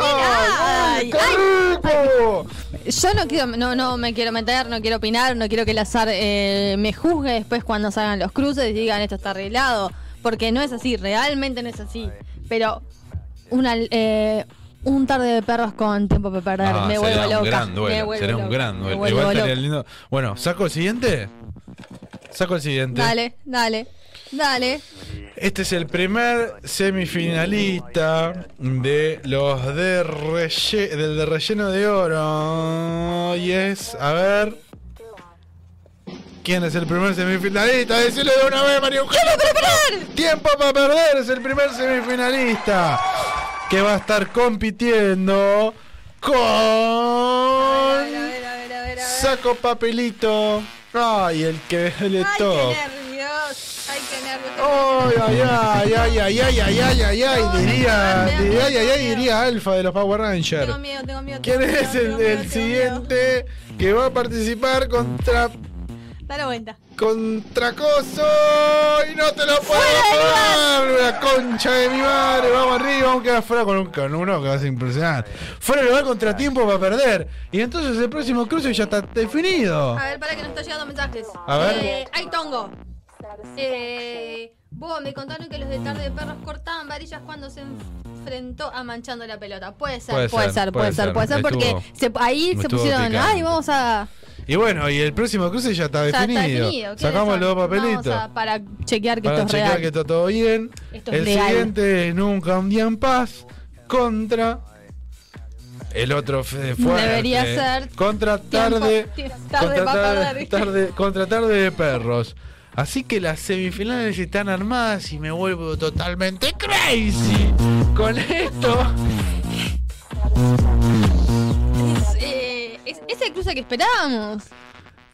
Ay,
Ay, qué
ay.
rico.
Yo no quiero, no, no me quiero meter, no quiero opinar, no quiero que el azar eh, me juzgue después cuando salgan los cruces y digan esto está arreglado, porque no es así, realmente no es así. Pero una, eh, un tarde de perros con tiempo para perder,
Ah,
me vuelvo
será un
loca.
gran
me
duelo,
vuelvo
será un
loca,
gran
me
duelo.
vuelvo
Igual estaría
loca.
lindo. Bueno, ¿saco el siguiente? Saco el siguiente.
Dale, dale, dale.
Este es el primer semifinalista de los de relle- del de relleno de oro. Y es, a ver. ¿Quién es el primer semifinalista? Decilo de una vez, Mario. ¡Tiempo para perder! ¡Tiempo para perder! Es el primer semifinalista que va a estar compitiendo con. Saco papelito. Ay, el que le toca.
nervios! ¡Ay, qué nervios!
Ay, ay, ay, ay, ay, ay, ay, ay, ay,
me da
ay, diría, diría, ay,
miedo,
ay, ay,
miedo.
diría Alfa de los Power Rangers.
Tengo miedo, tengo miedo.
¿Quién
tengo
es
miedo, tengo
el,
miedo,
el
tengo miedo.
siguiente que va a participar contra
Da la vuelta.
contra Coso? Y no te lo puedo dar, la concha de mi madre. Vamos arriba, vamos a quedar fuera con un con uno que va a ser impresionante. Fuera lo va contra tiempo para perder. Y entonces el próximo cruce ya está definido.
A ver, para que nos está llegando mensajes.
A ver.
Eh, hay tongo. Eh, vos me contaron que los de tarde de perros cortaban varillas cuando se enfrentó a manchando la pelota. Puede ser, puede, ser, puede ser, puede ser, porque
Estuvo-
se- ahí se
estuvo
pusieron,
picante.
ay, vamos a,
Y bueno, y el próximo cruce ya está
ya
definido.
está definido. ¿Qué
Sacamos
son?
los dos
Vamos
papelitos.
a- para chequear que
Para
esto es
chequear
real.
que está todo bien.
Esto es
el
legal.
siguiente es Nunca un día en paz contra el otro fe- fuerte.
Debería ser
contra
Tiempo-
tarde,
tie- tarde
contra
para
tarde,
perder.
tarde- contra tarde de perros. Así que las semifinales están armadas y me vuelvo totalmente crazy con esto.
Eh, Es, es el cruce que esperábamos.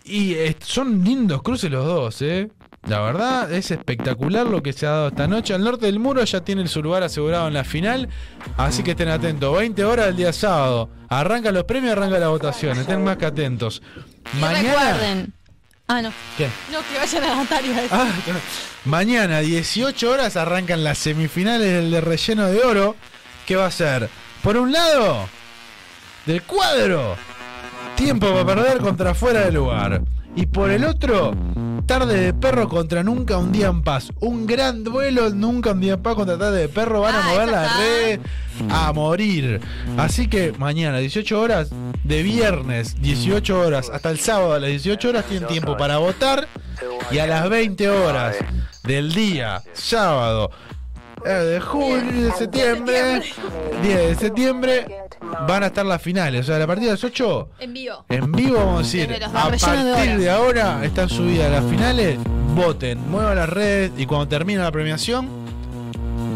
Y eh, son lindos cruces los dos, ¿eh? La verdad, es espectacular lo que se ha dado esta noche. Al norte del muro ya tiene su lugar asegurado en la final. Así que estén atentos. 20 horas el día sábado. Arrancan los premios, arranca la votación. Estén más que atentos.
Y
Mañana.
recuerden. Ah, no.
¿Qué?
No, que vayan a votar iba a decir.
Ah, Mañana, 18 horas, arrancan las semifinales del de relleno de oro. ¿Qué va a ser? Por un lado, del cuadro, tiempo para perder contra fuera de lugar. Y por el otro, tarde de perro contra nunca un día en paz. Un gran duelo, nunca un día en paz contra tarde de perro. Van a mover las redes a morir. Así que mañana, 18 horas, de viernes, 18 horas, hasta el sábado a las 18 horas, tienen tiempo para votar. Y a las 20 horas del día, sábado, eh, de julio, de septiembre, 10 de septiembre, van a estar las finales. O sea, la partida de las 8
En vivo.
en vivo, vamos a decir,
Desde los
a
barrellenos de
partir
horas.
de ahora están subidas las finales, voten, muevan las redes y cuando termina la premiación,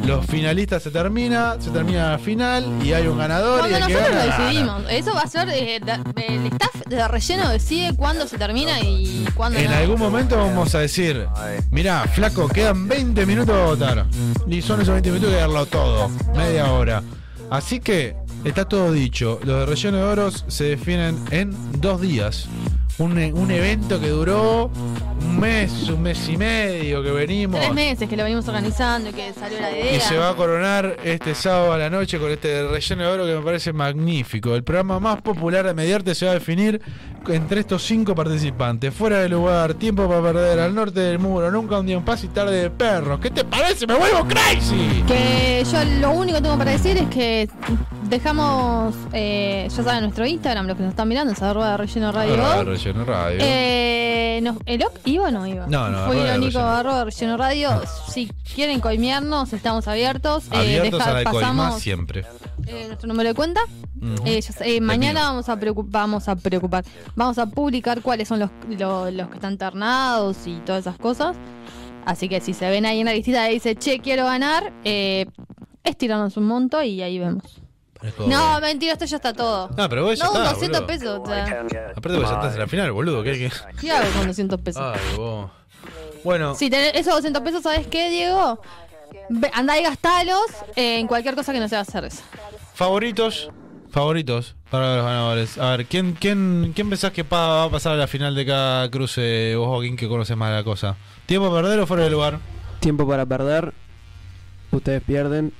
los finalistas se termina, se termina la final y hay un ganador y
Cuando
el que
nosotros lo
gana, gana.
decidimos. Eso va a ser. eh, da- el staff de relleno decide cuándo se termina y cuándo
En
no.
algún momento vamos a decir, mirá, flaco, quedan 20 minutos para votar. Y son esos 20 minutos que hay que darlo todo, media hora. Así que está todo dicho. Los de Relleno de Oros se definen en dos días. Un, e- un evento que duró un mes, un mes y medio que venimos.
Tres meses que lo venimos organizando y que salió la idea.
Y se va a coronar este sábado a la noche con este relleno de oro que me parece magnífico. El programa más popular de Mediarte se va a definir entre estos cinco participantes. Fuera de lugar, tiempo para perder, al norte del muro, nunca un día en paz y tarde de perros. ¿Qué te parece? ¡Me vuelvo crazy!
Que yo lo único que tengo para decir es que dejamos, eh, ya saben, nuestro Instagram, los que nos están mirando, es arroba de relleno radio.
Arroba
Oc.
Ah, Relleno Radio.
Eh, nos- ¿El OC iba o no iba?
No, no,
Fue
arroba de
irónico,
relleno.
arroba de relleno radio. Si quieren coimearnos, estamos abiertos. Eh,
Abiertos
deja-
al alcohol, más
pasamos
siempre.
eh, nuestro número de cuenta.
Ujú.
Eh, ya sé, eh, mañana vamos a, preocu- vamos a preocupar, vamos a publicar cuáles son los, lo- los que están ternados y todas esas cosas. Así que si se ven ahí en la listita y dice, che, quiero ganar, eh, es tirarnos un monto y ahí vemos.
Parezco-
No, mentira, esto ya está todo.
No, Ah, pero vos ya
No,
está,
200
boludo.
pesos. o sea,
Aparte porque ya estás en la final, boludo. ¿Qué, qué?
¿Qué hago con 200 pesos?
Ay, vos. Bueno,
Si tenés esos 200 pesos, ¿sabes qué, Diego? Ve- Andá y gastalos eh, en cualquier cosa que no sea hacer eso.
favoritos. Favoritos para los ganadores. A ver, ¿quién, quién, quién pensás que pa- va a pasar a la final de cada cruce? Vos, Joaquín, que conoces más la cosa. ¿Tiempo a perder o fuera de lugar?
Tiempo para perder. Ustedes pierden.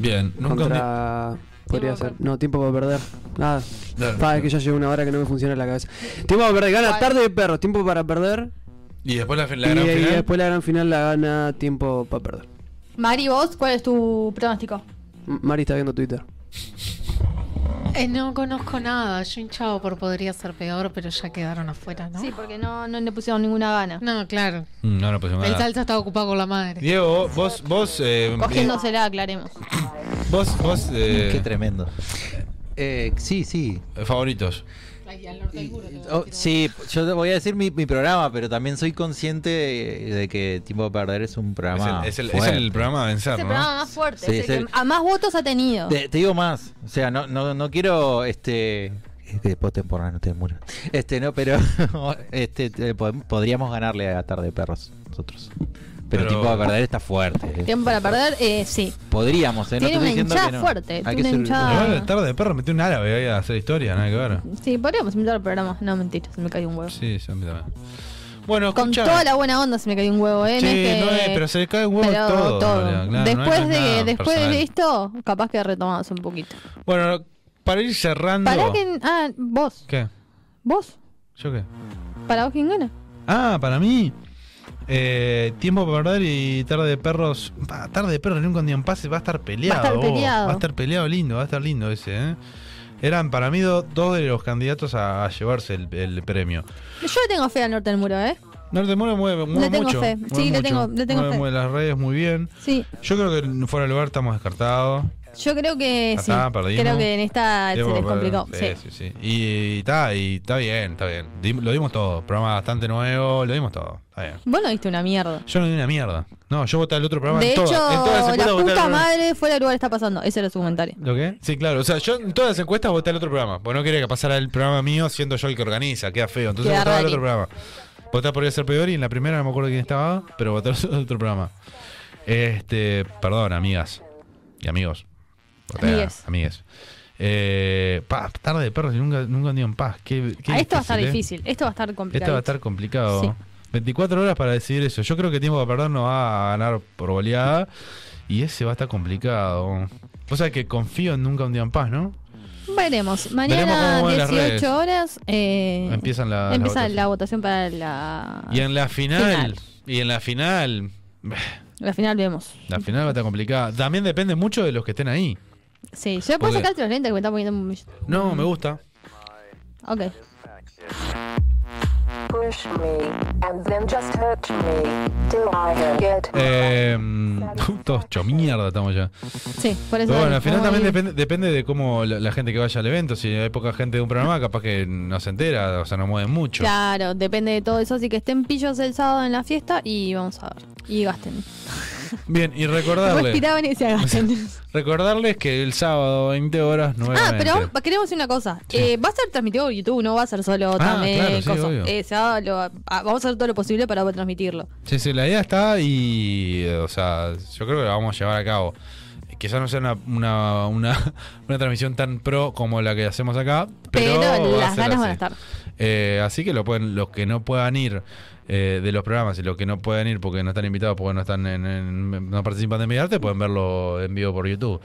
Bien, nunca un día-
Contra. Podría ser. No, tiempo para perder. Nada.
Dale.
Pa, es que ya llevo una hora que no me funciona la cabeza. Tiempo para perder. Gana
Vale.
tarde de perro. Tiempo para perder.
Y después la, fin-
Y,
la gran
y
final.
después la gran final la gana tiempo para perder.
Mari, vos, ¿cuál es tu pronóstico?
M- Mari está viendo Twitter.
Eh, no conozco nada. Yo hinchado por podría ser peor, pero ya quedaron afuera, ¿no?
Sí, porque no, no le pusieron ninguna gana.
No, claro.
Mm, No, no pusimos
El
nada.
salsa estaba ocupado con la madre.
Diego, vos, vos, eh,
Cogiéndosela, aclaremos.
vos, vos, eh,
Mm, Qué tremendo. Eh, sí, sí.
favoritos.
Oh, sí, yo te voy a decir mi, mi programa, pero también soy consciente de, de que Tiempo a Perder es un
Es
programa.
el, es el- es
fuerte.
el programa a
Es
vencer,
el
¿no?
programa más fuerte,
Sí,
es
es
el
el-
que a más votos ha tenido.
Te, te digo más, o sea, no, no, no quiero este este postemporada no te muero. Este no, pero este te- pod- podríamos ganarle a Tarde de Perros nosotros. Pero,
Pero-
tipo de perder está fuerte. eh.
Tiempo para perder, eh, sí.
Podríamos, eh, no
Tiene
estoy
una
diciendo
hinchada
que no.
fuerte,
Hay
tiene
que
una
ser-
hinchada.
Igual el tarde de perro metió un árabe ahí a hacer historia, nada que ver.
Sí, podríamos invitar al programa. No, mentira, se me cayó un huevo.
Sí, sí, a mí también. Bueno,
Con
escuchá.
toda la buena onda se me cayó un huevo, ¿eh?
Sí,
es que-
no es, pero se le cae el huevo
pero
todo, en realidad, claro, no
después
es- no es
de,
nada
después de
personal.
esto, capaz que retomamos un poquito.
Bueno, para ir cerrando.
Para que. Ah, vos.
¿Qué?
Vos.
¿Yo qué?
Para vos, ¿quién gana?
Ah, para mí. eh, tiempo para perder y tarde de perros. Pa, tarde de perros, nunca un día en pase. Va a estar peleado.
estar
vos.
peleado.
Va a estar peleado lindo, va a estar lindo ese, ¿eh? Eran para mí do- dos de los candidatos a, a llevarse el, el premio.
Yo le tengo fe al norte del muro, ¿eh?
Norte Muro mueve, mueve
Le tengo
mucho.
fe.
mueve
Sí, le
mucho.
tengo- le tengo
mueve,
fe.
mueve las redes muy bien.
Sí.
Yo creo que en fuera de lugar estamos descartados.
Yo creo que
Ya
sí.
está, perdimos.
Creo que en esta Ah, se
Debo-
les complicó.
Sí, sí, sí. Y está y, está bien, está bien. Dim- lo dimos todo. Programa bastante nuevo, lo dimos todo. Está bien.
Vos no diste una mierda.
Yo no di una mierda. No, yo voté al otro programa.
de
en todas-
hecho,
en todas las encuestas
la
voté al
puta
otro-
madre fuera del lugar está pasando. Ese era su comentario.
¿Lo qué? Sí, claro. O sea, yo en todas las encuestas voté al otro programa. Porque no quería que pasara el programa mío siendo yo el que organiza. Queda feo. Entonces
Queda
voté al
rari.
otro programa. Voté por el ser peor y en la primera no me acuerdo quién estaba, pero voté al otro programa. Este, perdón, amigas y amigos. Voté a-
Amigues.
amigues. Eh, pa, tarde de perros y nunca, nunca han ido en paz. Qué, qué
Ah, esto va a estar
eh.
difícil. Esto va a estar complicado.
Esto Este va a estar complicado.
Sí.
24 horas para decidir eso. Yo creo que tiempo para perder no va a ganar por goleada. Y ese va a estar complicado. O sea que confío en nunca un día en paz, ¿no?
Veremos.
Veremos
Mañana,
cómo van las
18
redes.
horas. eh,
Empiezan la- la
empieza
votación.
la votación para la.
Y en la final, Y en la final.
La final vemos.
La final va a estar complicada. También depende mucho de los que estén ahí.
Sí, yo puedo
Porque-
sacarte los lentes que me está poniendo. un millón.
No, me gusta.
Ok.
Push me and then just hurt me till I get
Eh, todos hecho mierda estamos ya.
Sí, por eso. Pues
Pero bueno,
dale,
al final
vamos
también
a ir.
depende, depende de cómo la, la gente que vaya al evento. Si hay poca gente de un programa, capaz que no se entera, o sea, no mueven mucho.
Claro, depende de todo eso. Así que estén pillos el sábado en la fiesta y vamos a ver. Y gasten.
Bien, y recordarles,
Respiraban y se gasten.
recordarles que el sábado 20 horas
Ah,
nuevamente.
pero queremos decir una cosa. Eh, va a ser transmitido por YouTube, no va a ser solo también.
Ah, claro, sí,
coso.
obvio.
Eh, se va a lo- a- vamos a hacer todo lo posible para transmitirlo.
Sí, sí, la idea está y, eh, o sea, yo creo que la vamos a llevar a cabo. Quizás no sea una, una, una, una transmisión tan pro como la que hacemos acá,
Pero,
pero, va a
las
ser
ganas van a
así.
estar.
Eh, así que lo pueden, los que no puedan ir eh, de los programas y los que no puedan ir porque no están invitados, porque no están en, en- no participan de Mediarte, pueden verlo en vivo por YouTube.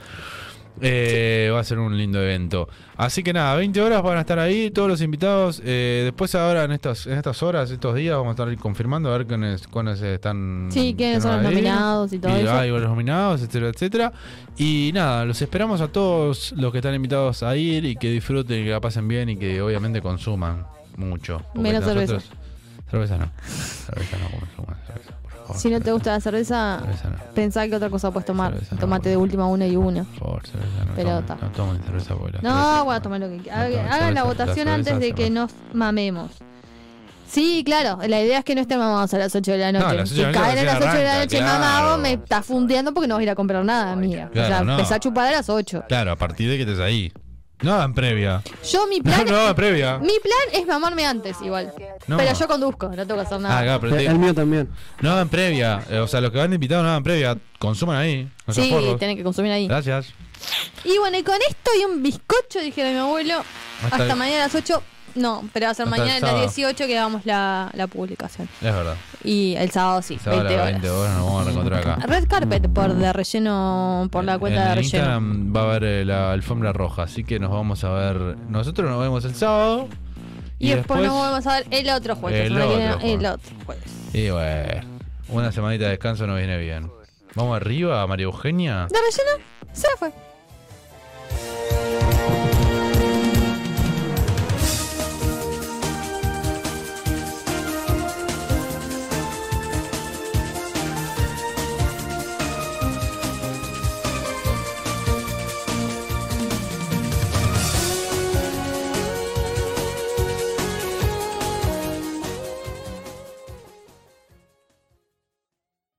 Eh, Va a ser un lindo evento. Así que nada, 20 horas van a estar ahí todos los invitados. Eh, después ahora en estas en estas horas, estos días vamos a estar confirmando a ver quiénes, quiénes están.
Sí, quiénes son
van a
los
ir.
nominados y todo eso.
ah, y los nominados, etcétera, etcétera. Y nada, los esperamos a todos los que están invitados a ir y que disfruten, y que la pasen bien y que obviamente consuman mucho. Porque
Menos cerveza.
nosotros- Cerveza no. Cerveza no consuman. cerveza, por favor.
Si no te gusta la cerveza,
Cerveza no.
pensá que otra cosa puedes tomar. Tomate de última una y una.
Por favor, cerveza no.
Pero
tomen,
está.
no tomen cerveza porque la
No, bueno, tomar lo que
No,
hagan-
toma
Hagan la
cerveza,
votación
la cerveza
antes de
se
que nos mamemos. Sí, claro, la idea es que no estén mamados a las 8 de la noche.
No, a las
Si
8 de la noche
caen a las 8 de la
arranca,
noche
claro.
mamado, me está fundiendo porque no vas a ir a comprar nada, mía. o sea,
Claro, no.
empezá a chupar a las 8.
Claro, a partir de que estés ahí. No hagan previa.
Yo mi
No,
plan
no hagan previa.
Mi plan es mamarme antes igual.
No.
Pero yo conduzco, no tengo que hacer nada.
Ah, claro, pero te-
Eh, El mío también.
No hagan previa. Eh, O sea, los que van de invitados no hagan previa. Consuman ahí. No sean
sí,
forros.
tienen que consumir ahí.
Gracias.
Y bueno, y con esto y un bizcocho, dijera mi abuelo,
Hasta
hasta,
el-
mañana a las 8. No, pero va a ser
Hasta
mañana
el
a las
sábado.
18 que damos la, la publicación.
Es verdad.
Y el sábado sí,
Sábado a las
20 horas.
20 horas nos vamos a encontrar acá.
Red Carpet por de relleno, por la cuenta de
en
relleno.
Instagram va a haber eh, la alfombra roja, así que nos vamos a ver. Nosotros nos vemos el sábado.
Y, después, nos volvemos a ver el otro jueves.
el
la semana que
otro
viene,
jueves.
el otro jueves.
Y bueno, una semanita de descanso no viene bien. Vamos arriba, María Eugenia.
¿De relleno? Se fue.